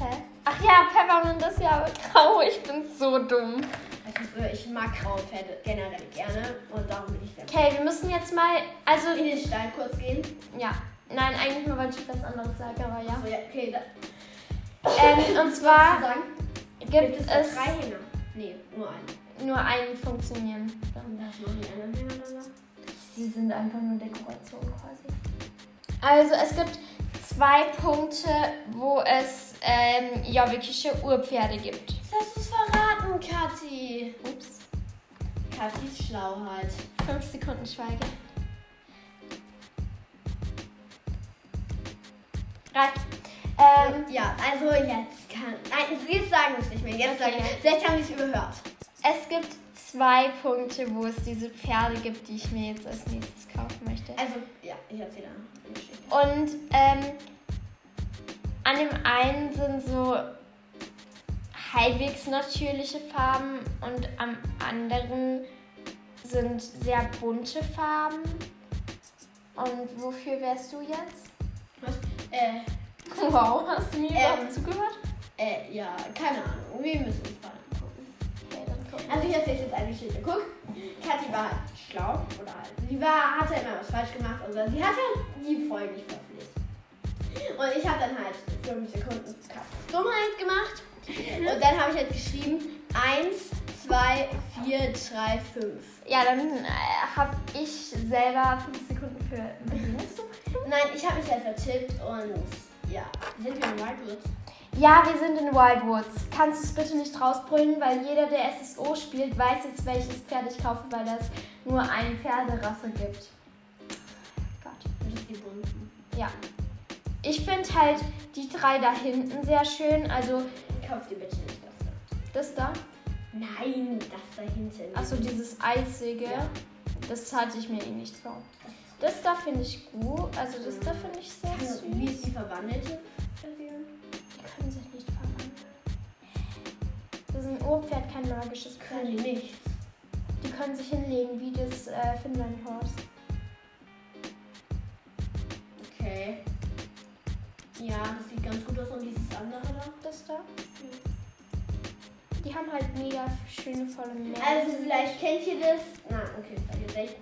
Hä? Ach ja, Peppermint ist ja grau. Ich bin so dumm. Also, ich mag graue Pferde generell gerne und darum bin ich sehr Okay, wir müssen jetzt mal. Also, in den Stall kurz gehen. ja. Nein, eigentlich nur, weil ich was anderes sage, aber ja. Also, ja, okay, da Ähm, und zwar sozusagen gibt gibt es es drei Hähne. Nee, nur einen. nur ein Funktionieren. Da ist noch die anderen Hähne oder so. Sie sind einfach nur Dekoration quasi. Also es gibt zwei Punkte, wo es ähm, jawikische Urpferde gibt. Jetzt hast du es verraten, Kathi. Ups, Kathis Schlauheit. fünf Sekunden Schweige. Reicht. Ähm, Ja, also jetzt kann. Nein, jetzt sagen es nicht mehr. Jetzt Okay. sagen Vielleicht haben sie es überhört. es gibt zwei Punkte, wo es diese Pferde gibt, die ich mir jetzt als nächstes kaufen möchte. Also, ja, ich erzähle dann eine Geschichte. Und ähm, an dem einen sind so halbwegs natürliche Farben und am anderen sind sehr bunte Farben. Und wofür wärst du jetzt? Ähm, Was? Äh, Wow, hast du mir überhaupt zugehört? äh, ja, keine Ahnung. Wir müssen uns mal angucken. Okay, dann gucken. Also, ich erzähle jetzt eine Geschichte. Guck, Kathi war halt schlau oder halt. Sie war, hatte immer was falsch gemacht oder sie hat halt die Folge nicht verpflichtet. Und ich habe dann halt fünf Sekunden krass Dummheit gemacht. Und dann habe ich halt geschrieben: eins, zwei, vier, drei, fünf. ja, dann äh, habe ich selber 5 Sekunden für Beginnst du? Nein, ich habe mich halt vertippt und ja. Sind wir im Wildwood? Ja, wir sind in Wildwoods. Kannst du es bitte nicht rausbrüllen, weil jeder, der SSO spielt, weiß jetzt, welches Pferd ich kaufe, weil das nur eine Pferderasse gibt. Gott. Und das ist die bunten. Ja. Ich finde halt die drei da hinten sehr schön. Also Kauf dir bitte nicht das da. das da. Nein, das da hinten. Achso, dieses eisige. Ja. Das hatte ich mir eh nicht vor. Das da finde ich gut. Also das da finde ich sehr Also, süß. Wie ist die verwandelte? Die können sich nicht verwandeln. Das ist ein Urpferd, kein magisches Pferd. Können die nicht. Die können sich hinlegen wie das äh, Finland Horse. Okay. Ja, das sieht ganz gut aus und dieses andere da. Das da. Die haben halt mega schöne volle Mähne. Also vielleicht kennt ihr das. Na, okay, das seid ihr recht.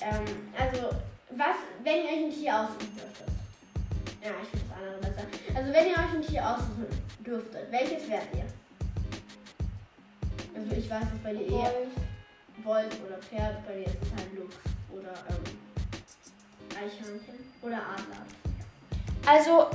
Ähm, also, was, wenn ihr euch ein Tier aussuchen dürftet. Ja, ich finde das andere besser. Also, wenn ihr euch ein Tier aussuchen dürftet, welches wärt ihr? Also, ich weiß, dass bei dir eher Wolf. Wolf oder Pferd, bei dir ist es halt Luchs oder ähm, Eichhörnchen oder Adler. Also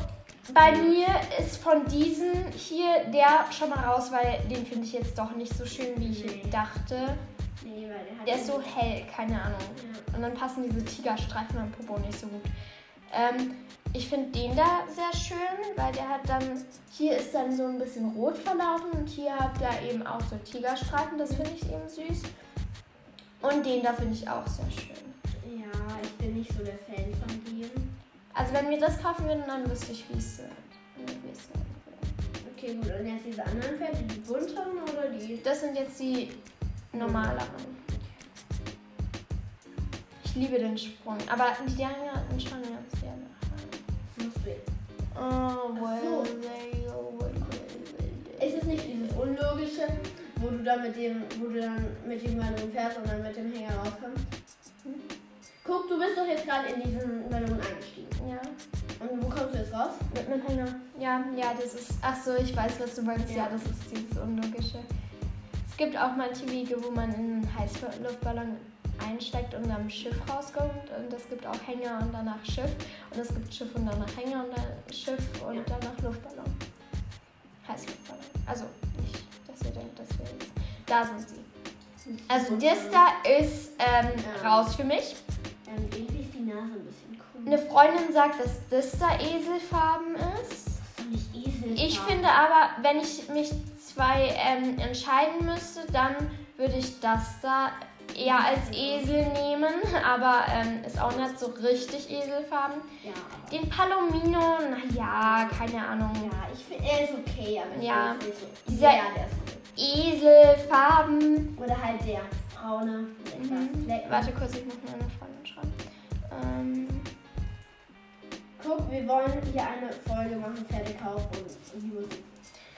bei mir ist von diesen hier der schon mal raus, weil den finde ich jetzt doch nicht so schön, wie ich Nee. dachte. Nee, weil der hat. Der ist so hell, keine Ahnung. Ja. Und dann passen diese Tigerstreifen am Popo nicht so gut. Ähm, ich finde den da sehr schön, weil der hat dann, hier ist dann so ein bisschen rot verlaufen und hier hat er eben auch so Tigerstreifen, das finde ich eben süß. Und den da finde ich auch sehr schön. Ja, ich bin nicht so der Fan von dem. Also wenn wir das kaufen würden, dann wüsste ich, wie es sind. Wie es sind. Okay, gut. Und jetzt diese anderen Pferde, die bunten oder die. Das sind jetzt die normaleren. Ich liebe den Sprung, aber die Dinger sind schon ganz gerne. Musst du Oh, Ach so. well, they- oh, well, they- Ist es nicht dieses Unlogische, wo du dann mit dem, wo du dann mit dem Ballon fährst und dann mit dem Hänger rauskommst? Guck, du bist doch jetzt gerade in diesen Ballon eingestiegen. Ja, Und wo kommst du jetzt raus? mit einem Hänger. Ja, ja, das ist. Ach so, ich weiß, was du meinst. Ja, Ja. das ist dieses Unlogische. Es gibt auch manche Wege, wo man in einen Heißluftballon einsteigt und am Schiff rauskommt. Und es gibt auch Hänger und danach Schiff. Und es gibt Schiff und danach Hänger und dann Schiff und Ja. danach Luftballon. Heißluftballon. Also nicht, dass ihr denkt, dass wir jetzt. Da sind sie. Also das da ist ähm, Ja. raus für mich. Dann irgendwie ist die Nase ein bisschen komisch. Eine Freundin sagt, dass das da Eselfarben ist. Das ist doch nicht Esel. Ich finde aber, wenn ich mich zwei ähm, entscheiden müsste, dann würde ich das da eher als Esel nehmen, aber ähm, ist auch nicht so richtig Eselfarben. Ja, aber- Den Palomino, naja, keine Ahnung. ja, ich finde, er ist okay, aber ich Ja. finde es nicht so. Dieser- ja, der ist cool. Eselfarben. Mhm. Oder halt der braune mit etwas Mhm. Flecken. Warte kurz, ich muss meine Freundin schreiben. Ähm, Guck, wir wollen hier eine Folge machen, Pferdekauf und Musik.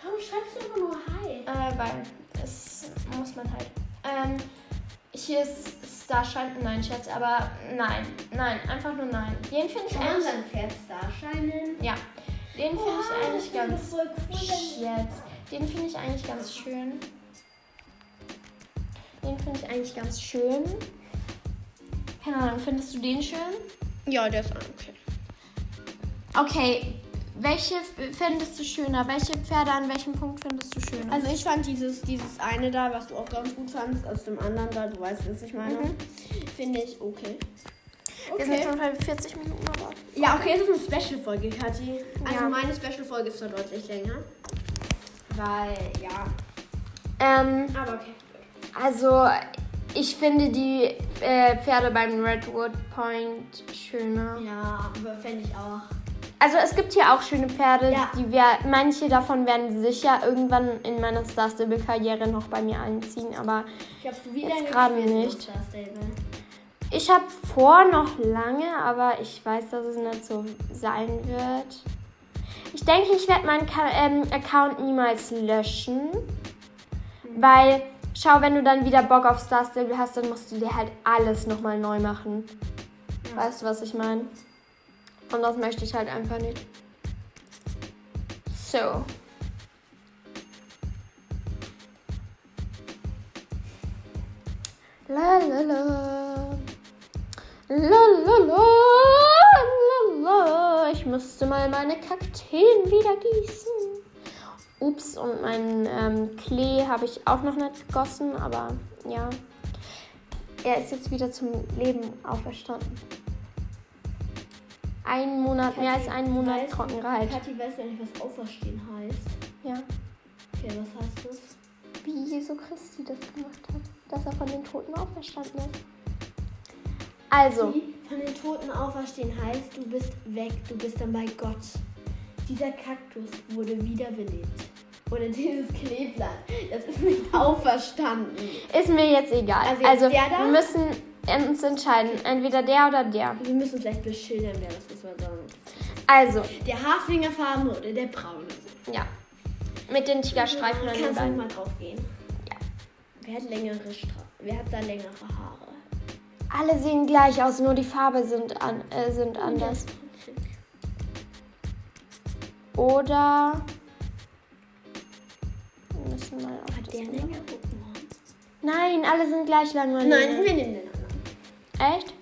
Warum schreibst du immer nur Hi? äh, weil es muss man halt. Ähm, ich Hier ist Starschein. Nein, Scherz, aber nein. Nein, einfach nur nein. Den finde ich Kann man eigentlich. sein Pferd starscheinen? Ja. Den Oh, finde ich eigentlich das ganz ist voll cool, wenn Jetzt. Den finde ich eigentlich ganz schön. Den finde ich eigentlich ganz schön. Keine Ahnung, findest du den schön? Ja, der ist okay. Okay, welche f- findest du schöner? Welche Pferde an welchem Punkt findest du schöner? Also ich fand dieses, dieses eine da, was du auch ganz gut fandest, aus dem anderen da, du weißt, was ich meine, finde ich Mhm. okay. Wir sind schon bei 40 Minuten aber. Ja, okay, es ist eine Special-Folge, Kathi. Also Ja. meine Special-Folge ist zwar deutlich länger. Weil, ja. Ähm, Aber okay. also ich finde die äh, Pferde beim Redwood Point schöner. Ja, aber fände ich auch. Also es gibt hier auch schöne Pferde, Ja. die wir, manche davon werden sicher irgendwann in meiner Star Stable Karriere noch bei mir einziehen, aber Ich hab's wieder jetzt gerade nicht. Star Stable. Ich habe vor noch lange, aber ich weiß, dass es nicht so sein wird. Ich denke, ich werde meinen Ka ähm, Account niemals löschen, weil schau, wenn du dann wieder Bock auf Star Stable hast, dann musst du dir halt alles nochmal neu machen. Weißt du, was ich meine? Und das möchte ich halt einfach nicht. So. La la la. La la la. La la. Ich müsste mal meine Kakteen wieder gießen. Ups, und meinen ähm, Klee habe ich auch noch nicht gegossen, aber ja. Er ist jetzt wieder zum Leben auferstanden. Einen Monat, mehr als einen Monat weiß- Trockenheit. Kathi weiß ja nicht, was auferstehen heißt. Ja. Okay, was heißt das? wie Jesu Christi das gemacht hat, dass er von den Toten auferstanden ist. Also, Die von den Toten auferstehen heißt, du bist weg, du bist dann bei Gott. Dieser Kaktus wurde wiederbelebt. Oder dieses Kleeblatt, das ist nicht auferstanden. ist mir jetzt egal. Also Also, jetzt der da? wir müssen uns entscheiden, entweder der oder der. Wir müssen vielleicht beschildern, wer das ist, weil sonst. Also, Der Haarfingerfarben oder der braune. ja. Mit den Tigerstreifen an den Kannst du Beinen. mal drauf gehen? Ja. Wer hat längere Stra Wer hat da längere Haare? Alle sehen gleich aus, nur die Farbe sind, an, äh, sind anders. Oder... Wir müssen mal auf das Bild. längere Haare? Nein, alle sind gleich lang. meine Nein, Liebe. wir nehmen den anderen. Echt?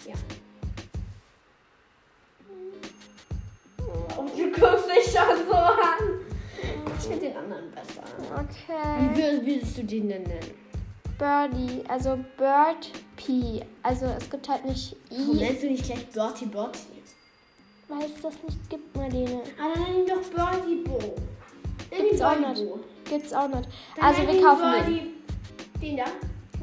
Und Oh, du guckst dich schon so an. Ich finde den anderen besser. Okay. Wie wür- würdest du den denn nennen? Birdie, also Bird P. Also es gibt halt nicht Warum I. nennst du nicht gleich Bertie Botti? Weil es das nicht gibt, Marlene. Ah, dann nenn ihn doch Bertie Bo. Nenn ihn Gibt's auch Bertie nicht. Bo. Gibt's auch nicht. Dann Also nenn wir ihn kaufen den. Bertie- Den da?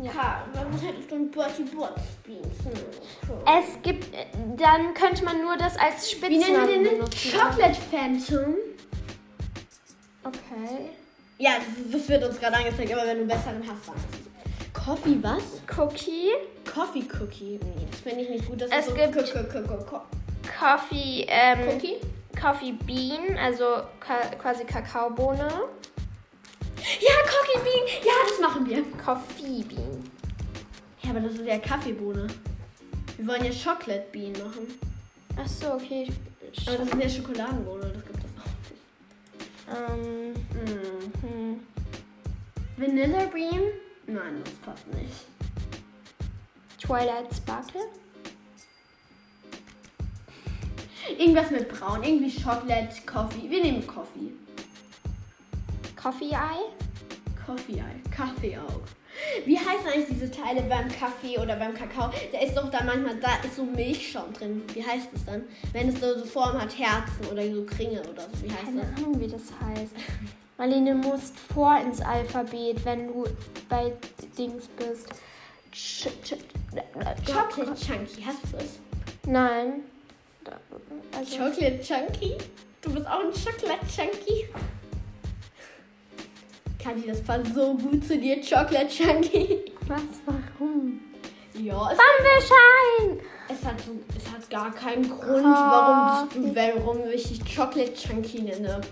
Ja. Ka- Warum hättest du einen halt Bertie Bot spielen? Hm, Es gibt, äh, dann könnte man nur das als Wie nennen Spitznamen wir den denn? benutzen. Chocolate Phantom. Okay. Ja, das, das wird uns gerade angezeigt, aber wenn du einen besseren hast, dann. ist es- Coffee was? Cookie, Coffee Cookie. Nee, das finde ich nicht gut. Das Es ist gibt- so Co- Co- Co- Co- Coffee, ähm, Cookie. Coffee Bean, also ka quasi Kakaobohne. Ja, Coffee Bean. Ja, das machen wir. Coffee Bean. Ja, aber das ist ja Kaffeebohne. Wir wollen ja Chocolate Bean machen. Ach so, okay. Aber das ist ja Schokoladenbohne, das gibt es auch nicht. Ähm, hm. Mm. Vanilla Bean? Nein, das passt nicht. Twilight Sparkle. Irgendwas mit Braun, irgendwie Chocolate, Coffee. Wir nehmen Coffee. Coffee Eye. Coffee Eye, Kaffee auch. Wie heißen eigentlich diese Teile beim Kaffee oder beim Kakao? Da ist doch da manchmal, da ist so Milchschaum drin. Wie heißt es dann? Wenn es so, so Form hat, Herzen oder so Kringel oder so. Wie heißt Keine das? Ahnung, wie das heißt. Marlene, du musst vor ins Alphabet, wenn du bei Dings bist. Ch ch Chocolate Chunky, hast du es? Nein. Da- Also, Chocolate Chunky? Du bist auch ein Chocolate Chunky? Kandi, das passt so gut zu dir, Chocolate Chunky. was? Warum? Ja, es, Bambeschein! es, hat, so, es hat gar keinen Grund, warum, Coffee. du, warum ich dich Chocolate Chunky nenne.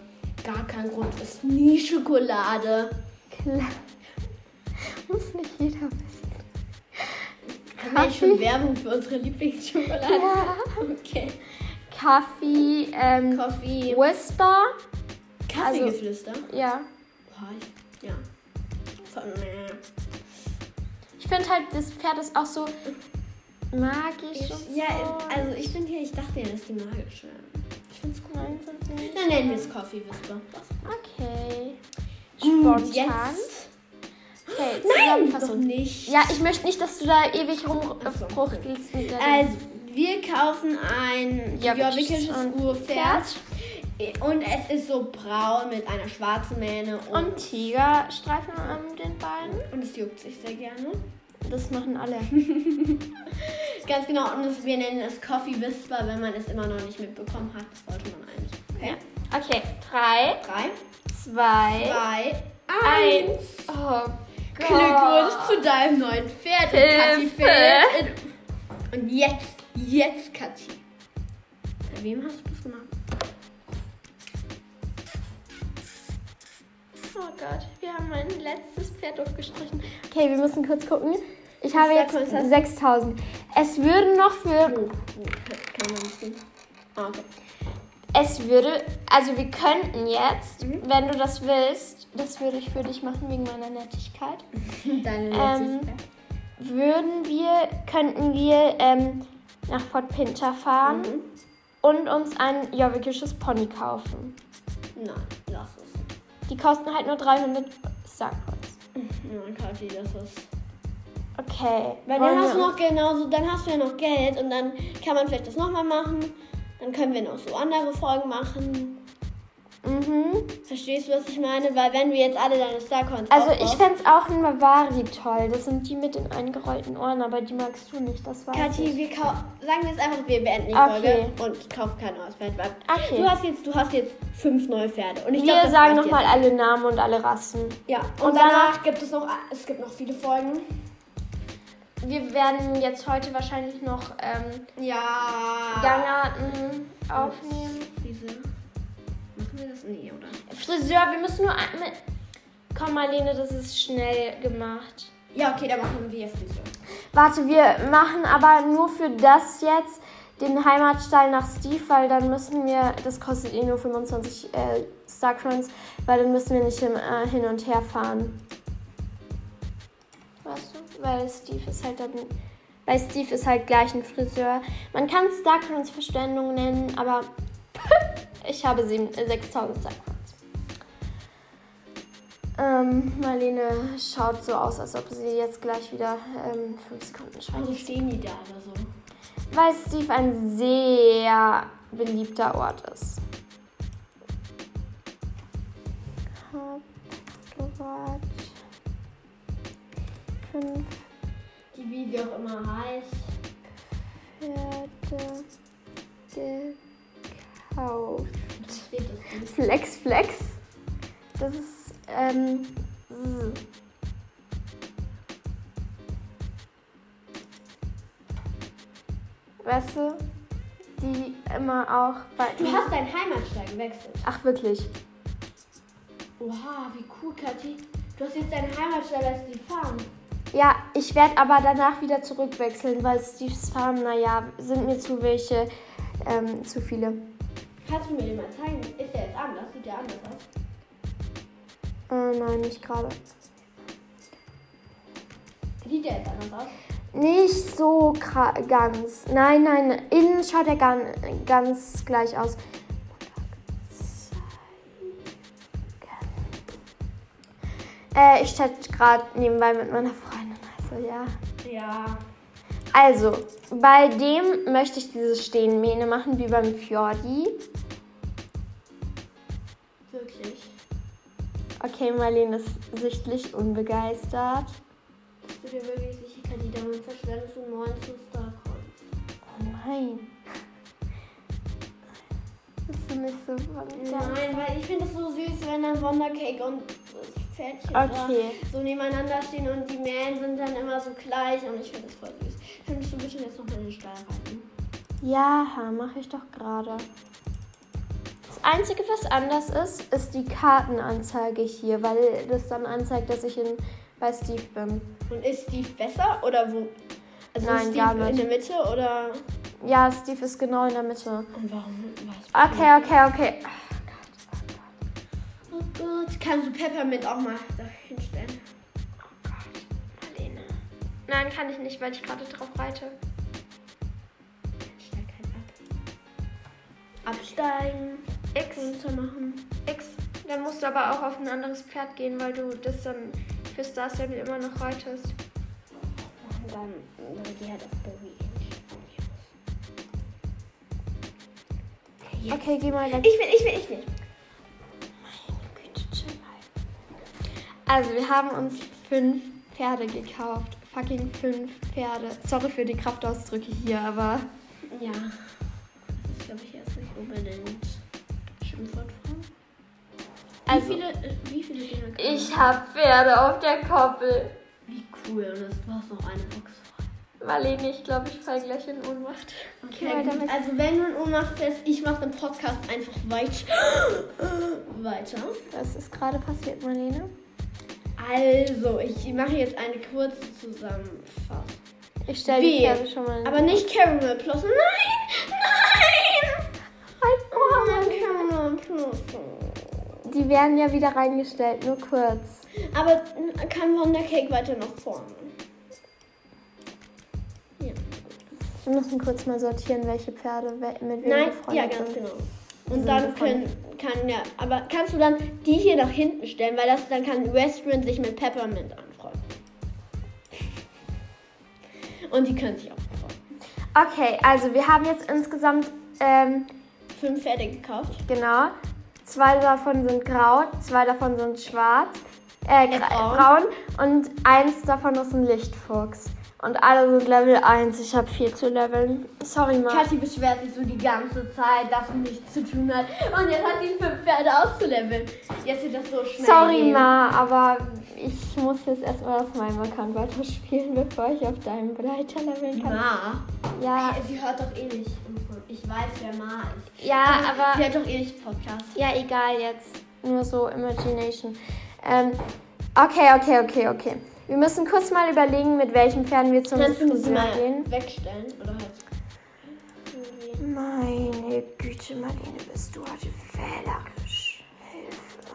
Gar kein Grund, es ist nie Schokolade. Klar. Muss nicht jeder wissen. Haben wir schon Werbung für unsere Lieblingsschokolade? Okay. Kaffee, ähm, Coffee. Whisper. Kaffeegeflüster. Ja. Boah, ja. Von, Ich finde halt, das Pferd ist auch so magisch. und Mhm. ja, so. also ich bin hier, ich dachte ja, dass die magisch wären. ich finde es cool. Dann nennen wir es Coffee Whisper. Okay. Gut, Spontan. Mm, jetzt. Okay, Nein, doch Zusammenfassung. nicht. ja, ich möchte nicht, dass du da ewig so, rumfruchtelst mit deinem Also, wir kaufen ein Jobbikisches jobbikisches und Urpferd. Pferd. Und es ist so braun mit einer schwarzen Mähne. Und, Und Tigerstreifen an den Beinen. und es juckt sich sehr gerne. Das machen alle. Ganz genau. Und es, wir nennen es Coffee Whisper, wenn man es immer noch nicht mitbekommen hat. Das sollte man eigentlich. Okay. Okay, drei, Drei, zwei, zwei, eins. eins. Oh Gott. Glückwunsch zu deinem neuen Pferd. Und Kathi Hilfe. fällt in- Und jetzt, jetzt, Kathi. Bei wem hast du das gemacht? Oh Gott, wir haben mein letztes Pferd durchgestrichen. Okay, wir müssen kurz gucken. Ich habe Sag jetzt mal, was hast 6000. Es würden noch für. Oh, Kann man nicht sehen. Ah, okay. Es würde. Also, wir könnten jetzt, Mhm. wenn du das willst, das würde ich für dich machen wegen meiner Nettigkeit. Deine Ähm, letzte Frage. Würden wir. Könnten wir ähm, nach Fort Pinter fahren Mhm. und uns ein jobbikisches Pony kaufen. Nein, lass es. Die kosten halt nur 300 Starcoins. Nein, Kathi, das ist. Okay. Weil wollen dann hast du wir- noch genauso, dann hast du ja noch Geld und dann kann man vielleicht das nochmal machen. Dann können wir noch so andere Folgen machen. Mhm. Verstehst du, was ich meine? Weil wenn du jetzt alle deine Starcoins Also ich aufbrauchst- fände es auch in Mavari toll. Das sind die mit den eingerollten Ohren, aber die magst du nicht, das weiß Kathi, ich. wir kau- sagen wir jetzt einfach, wir beenden die Okay. Folge und kaufen kein neues Pferd. Weil Okay. du, hast jetzt, du hast jetzt fünf neue Pferde. Und ich glaub, wir das sagen reicht nochmal alle Namen und alle Rassen. jetzt. Ja, und, und danach, danach- gibt es noch, es gibt noch viele Folgen. Wir werden jetzt heute wahrscheinlich noch ähm, Ja. Gangarten aufnehmen. Diese. Machen wir das? Nee, oder? Friseur, wir müssen nur ein- mit. Komm, Marlene, das ist schnell gemacht. Ja, okay, dann machen wir Friseur. Warte, wir machen aber nur für das jetzt den Heimatstall nach Steve, weil dann müssen wir, das kostet eh nur 25 äh, Starcrons, weil dann müssen wir nicht hin, äh, hin und her fahren. Weißt du? Weil Steve ist halt dann, bei Steve ist halt gleich ein Friseur. Man kann Starcrons Verständigung nennen, aber ich habe sieben- äh, 6000 Starcrons. Ähm, Marlene schaut so aus, als ob sie jetzt gleich wieder 5 Sekunden schreibt. Also stehen die da oder so. Weil Steve ein sehr beliebter Ort ist. Hauptort. Fünf Die wie sie auch immer heißt. Pferde gekauft. Das steht das nicht. Flex, Flex. Das ist, ähm, so. Weißt du, die immer auch bei. Du hast deinen Heimatstall gewechselt. Ach, wirklich. Oha, wie cool, Kathi. Du hast jetzt deinen Heimatstall als die Farm. Ja, ich werde aber danach wieder zurückwechseln, weil Steve's Farm, naja, sind mir zu welche, ähm, zu viele. Kannst du mir den mal zeigen? Ist der jetzt anders? Sieht der anders aus? Äh, nein, nicht gerade. Sieht der jetzt anders aus? Nicht so gra- ganz. Nein, nein, innen schaut er gan ganz gleich aus. Äh, ich chat gerade nebenbei mit meiner Freundin, also ja. Ja. Also, bei dem möchte ich diese Stehenmähne machen, wie beim Fjordi. Wirklich? Okay, Marlene ist sichtlich unbegeistert. Bist du dir wirklich sicher, Kathi? Damit verschwendest du 19 Starcoins. Oh nein. Bist du nicht so begeistert? Nein, weil ich finde es so süß, wenn dann Wondercake und das Pferdchen Okay. da so nebeneinander stehen und die Mähen sind dann immer so gleich und ich finde das voll süß. Könntest du bitte jetzt noch mal in den Stall reiten? Ja, mache ich doch gerade. Das Einzige, was anders ist, ist die Kartenanzeige hier, weil das dann anzeigt, dass ich in, bei Steve bin. Und ist die besser oder wo? Also Nein, Steve gar nicht. in der Mitte oder? Ja, Steve ist genau in der Mitte. Und warum? Was? Okay, okay, okay. Oh Gott, kannst du Peppermint auch mal da hinstellen? Marlene. Nein, kann ich nicht, weil ich gerade drauf reite. Ich steig keinen ab. Absteigen. X, Runtermachen. X. Dann musst du aber auch auf ein anderes Pferd gehen, weil du das dann für Star Stable immer noch reitest. Und dann, dann geh halt auf Bowie. Okay, geh mal weg. Ich will, ich will, ich will. Also, wir haben uns fünf Pferde gekauft. Fucking fünf Pferde. Sorry für die Kraftausdrücke hier, aber. Ja. Das ist, glaube ich, jetzt nicht unbedingt Schimpfwort von. Also, Wie viele, äh, wie viele Dinger kann Ich hab Pferde auf der Koppel. Wie cool. Und das, du hast noch eine Box. Marlene, ich glaube, ich fall gleich in Ohnmacht. Okay, Ja, weiter gut. mit. Also wenn du einen Ohnmacht fällst, ich mache den Podcast einfach weit weiter. Was ist gerade passiert, Marlene? Also, ich mache jetzt eine kurze Zusammenfassung. Ich stell die Wie? Pferde schon mal in Aber nicht Caramel Plus. Nein! Nein! Halt Nein, Caramel Plus. Die werden ja wieder reingestellt, nur kurz. Aber kann Wondercake weiter nach vorne. Wir müssen kurz mal sortieren, welche Pferde we- mit wem Nein, befreundet ja, ganz sind. genau. sind Und dann befreundet. können, kann ja, aber kannst du dann die hier nach hinten stellen, weil das dann kann Westwind sich mit Peppermint anfreunden. Und die können sich auch freuen. Okay, also wir haben jetzt insgesamt, ähm, Fünf Pferde gekauft. genau, zwei davon sind grau, zwei davon sind schwarz, äh, gra- braun. braun und eins davon ist ein Lichtfuchs. Und alle sind Level 1. Ich habe viel zu leveln. Sorry, Mann. Kathi beschwert sich so die ganze Zeit, dass sie nichts zu tun hat. Und jetzt hat sie fünf Pferde auszuleveln. Jetzt wird das so schnell. Sorry, gehen. Ma, aber ich muss jetzt erstmal auf meinem Account weiterspielen, bevor ich auf deinem weiterleveln kann. Ma. Ja, Sie hört doch eh nicht. unsere- Ich weiß, wer Ma ist. Ähm, ja, aber. Sie hört doch eh nicht Podcast. Ja, egal jetzt. Nur so Imagination. Ähm, okay, okay, okay, okay. Wir müssen kurz mal überlegen, mit welchen Pferden wir zum Kannst du sie Friseur mal gehen. wegstellen? Oder halt. Meine Güte, Marlene, bist du heute wählerisch. Hilfe.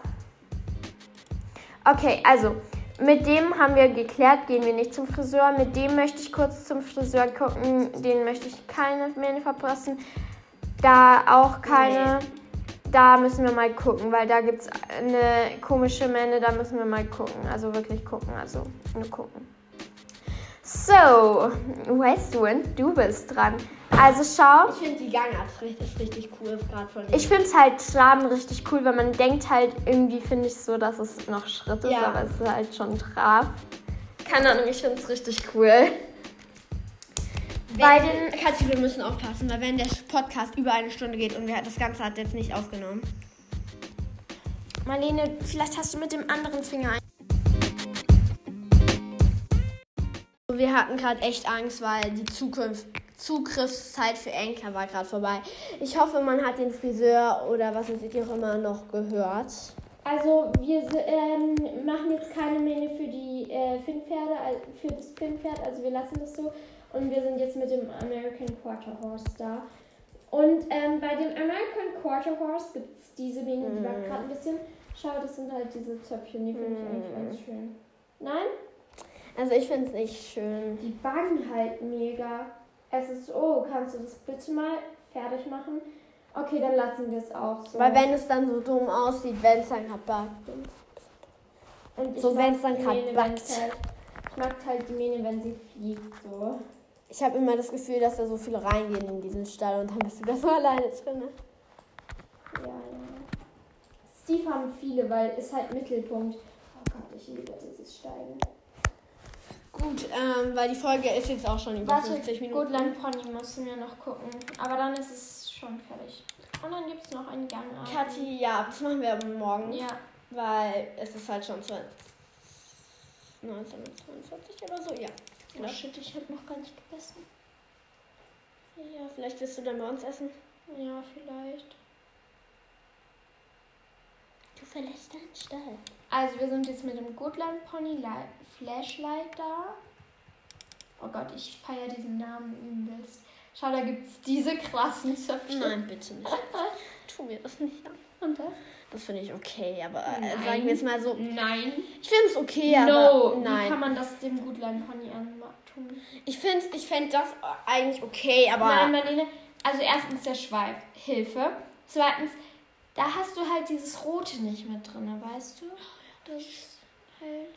Okay, also, mit dem haben wir geklärt, gehen wir nicht zum Friseur. Mit dem möchte ich kurz zum Friseur gucken. Den möchte ich keine mehr verpassen. Da auch keine. Da müssen wir mal gucken, weil da gibt es eine komische Männer, da müssen wir mal gucken. Also wirklich gucken, also nur gucken. So, Westwind, du bist dran. Also schau. Ich finde die Gangart ist richtig cool, gerade von Ich finde es halt Traben richtig cool, weil man denkt halt, irgendwie finde ich so, dass es noch Schritt ist, Ja. aber es ist halt schon Trab. Keine Ahnung, ich finde es richtig cool. Bei den. Katja, wir müssen aufpassen, weil wenn der Podcast über eine Stunde geht und wir das Ganze hat jetzt nicht aufgenommen. Marlene, vielleicht hast du mit dem anderen Finger ein. Wir hatten gerade echt Angst, weil die Zukunft, Zugriffszeit für Enker war gerade vorbei. Ich hoffe, man hat den Friseur oder was weiß ich auch immer noch gehört. Also, wir si- ähm, machen jetzt keine Mähne für die äh, Finnpferde, al- für das Finnpferd, also wir lassen das so. Und wir sind jetzt mit dem American Quarter Horse da. Und ähm, bei dem American Quarter Horse gibt es diese Mähne, die Mhm. war gerade ein bisschen. Schau, das sind halt diese Zöpfchen, die finde ich eigentlich ganz schön. Nein? Also ich finde es nicht schön. Die bangen halt mega. SSO, kannst du das bitte mal fertig machen? Okay, dann lassen wir es auch so. Weil wenn es dann so dumm aussieht, wenn es dann gerade Und ich so mag wenn's dann die grad Mähne, backt. wenn's Halt, ich mag halt die Mähne, wenn sie fliegt, so. Ich habe immer das Gefühl, dass da so viele reingehen in diesen Stall und dann bist du da so alleine drin. ne? Ja, ja. Steve haben viele, weil ist halt Mittelpunkt. Oh Gott, ich liebe dieses Steigen. Gut, ähm, weil die Folge ist jetzt auch schon über 50 Minuten. Goodland Pony müssen wir noch gucken. Aber dann ist es schon fertig. Und dann gibt es noch einen Gang. Kathi, ja, das machen wir aber morgen, Ja. weil es ist halt schon 20, 19, 22 oder so, ja. Oh shit, ich habe noch gar nicht gegessen. Ja, vielleicht wirst du dann bei uns essen. Ja, vielleicht. Du verlässt deinen Stall. Also wir sind jetzt mit dem Goodland Pony Li- Flashlight da. Oh Gott, ich feiere diesen Namen übelst. Schau, da gibt's diese krassen Zöpfe. Nein, bitte nicht. Tu mir das nicht an. Und das? Das finde ich okay, aber äh, Nein. sagen wir jetzt mal so. Nein. Ich finde es okay, no. aber Wie kann nein. man das dem Gutlein Pony antun? Ich finde ich fänd das eigentlich okay, aber Nein, Marlene. Also erstens der Schweif. Hilfe. Zweitens, da hast du halt dieses Rote nicht mit drin, weißt du? Das ist halt...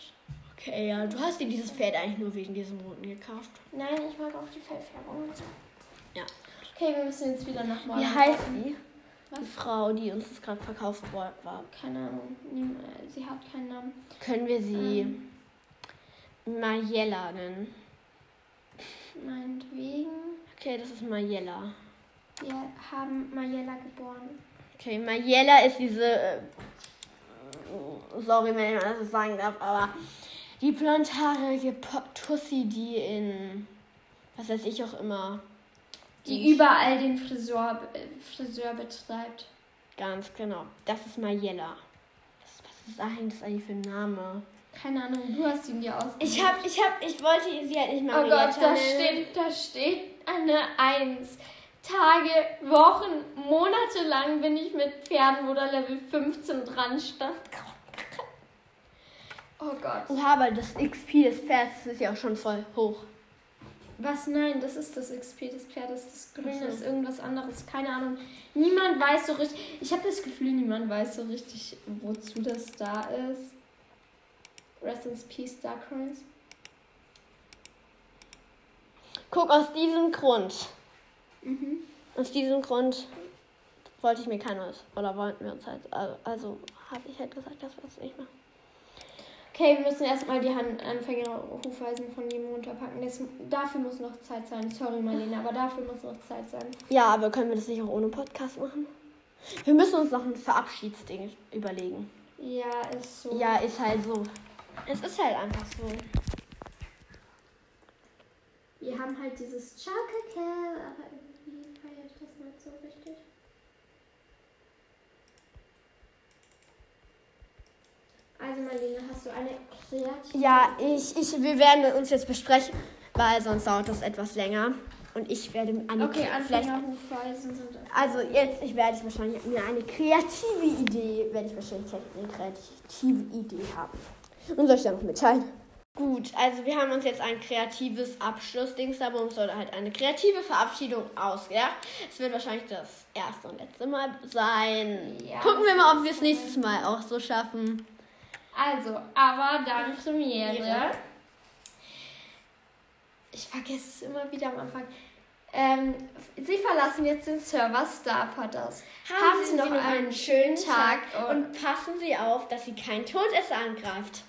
okay, ja. Du hast dir dieses Pferd eigentlich nur wegen diesem Roten gekauft. Nein, ich mag auch die Fellfärbung und so. Ja. Okay, wir müssen jetzt wieder nach morgen. Wie heißt die? Was? Die Frau, die uns das gerade verkauft worden war. Keine Ahnung. Niem- äh, Sie hat keinen Namen. Können wir sie Mariella nennen? Meinetwegen. Okay, das ist Mariella. Wir haben Mariella geboren. Okay, Mariella ist diese. Äh, sorry, wenn ich das so sagen darf, aber die blondhaarige Po- Tussi, die in. Was weiß ich auch immer. Die überall den Friseur, äh, Friseur betreibt. Ganz genau. Das ist Mariella. Das, was ist eigentlich, das eigentlich für ein Name? Keine Ahnung, du hast ihn dir ausgedacht. Ich hab, ich hab, ich wollte sie halt nicht Oh Marietta Gott, da nennen. steht, da steht eine Eins. Tage, Wochen, Monate lang bin ich mit Pferden, wo da Level 15 dran stand. Oh Gott. Oha, aber das XP des Pferdes ist ja auch schon voll hoch. Was? Nein, das ist das XP des Pferdes. Das Grüne Ach so. ist irgendwas anderes. Keine Ahnung. Niemand weiß so richtig. Ich habe das Gefühl, niemand weiß so richtig, wozu das da ist. Rest in Peace, Dark Currents. Guck, aus diesem Grund. Mhm. Aus diesem Grund wollte ich mir kein neues. Oder wollten wir uns halt. Also, also habe ich halt gesagt, dass wir uns nicht machen. Okay, wir müssen erstmal die Han- Anfängerhufeisen von jedem runterpacken. Das, dafür muss noch Zeit sein. Sorry, Marlene, aber dafür muss noch Zeit sein. Ja, aber können wir das nicht auch ohne Podcast machen? Wir müssen uns noch ein Verabschiedsding überlegen. Ja, ist so. Ja, ist halt so. Es ist halt einfach so. Wir haben halt dieses Ciao, Kakao, aber irgendwie feiere ich das nicht so richtig. Also, Marlene, hast du eine kreative. Ja, ich, ich, wir werden uns jetzt besprechen, weil sonst dauert das etwas länger. Und ich werde eine Okay, also vielleicht Anfängerhufeisen sind. Also jetzt, ich werde wahrscheinlich mir eine kreative Idee, werde ich wahrscheinlich eine kreative Idee haben. Und soll ich da noch mitteilen? Gut, also wir haben uns jetzt ein kreatives Abschlussdings da, aber uns soll halt eine kreative Verabschiedung ausgedacht. Es wird wahrscheinlich das erste und letzte Mal sein. Ja. Gucken wir mal, ob wir es nächstes Mal auch so schaffen. Also, aber dann Premiere. Ja. Ich vergesse es immer wieder am Anfang. Ähm, Sie verlassen jetzt den Server Starpadders. Haben Sie noch einen schönen Tag und passen Sie auf, dass Sie kein Todesser angreift.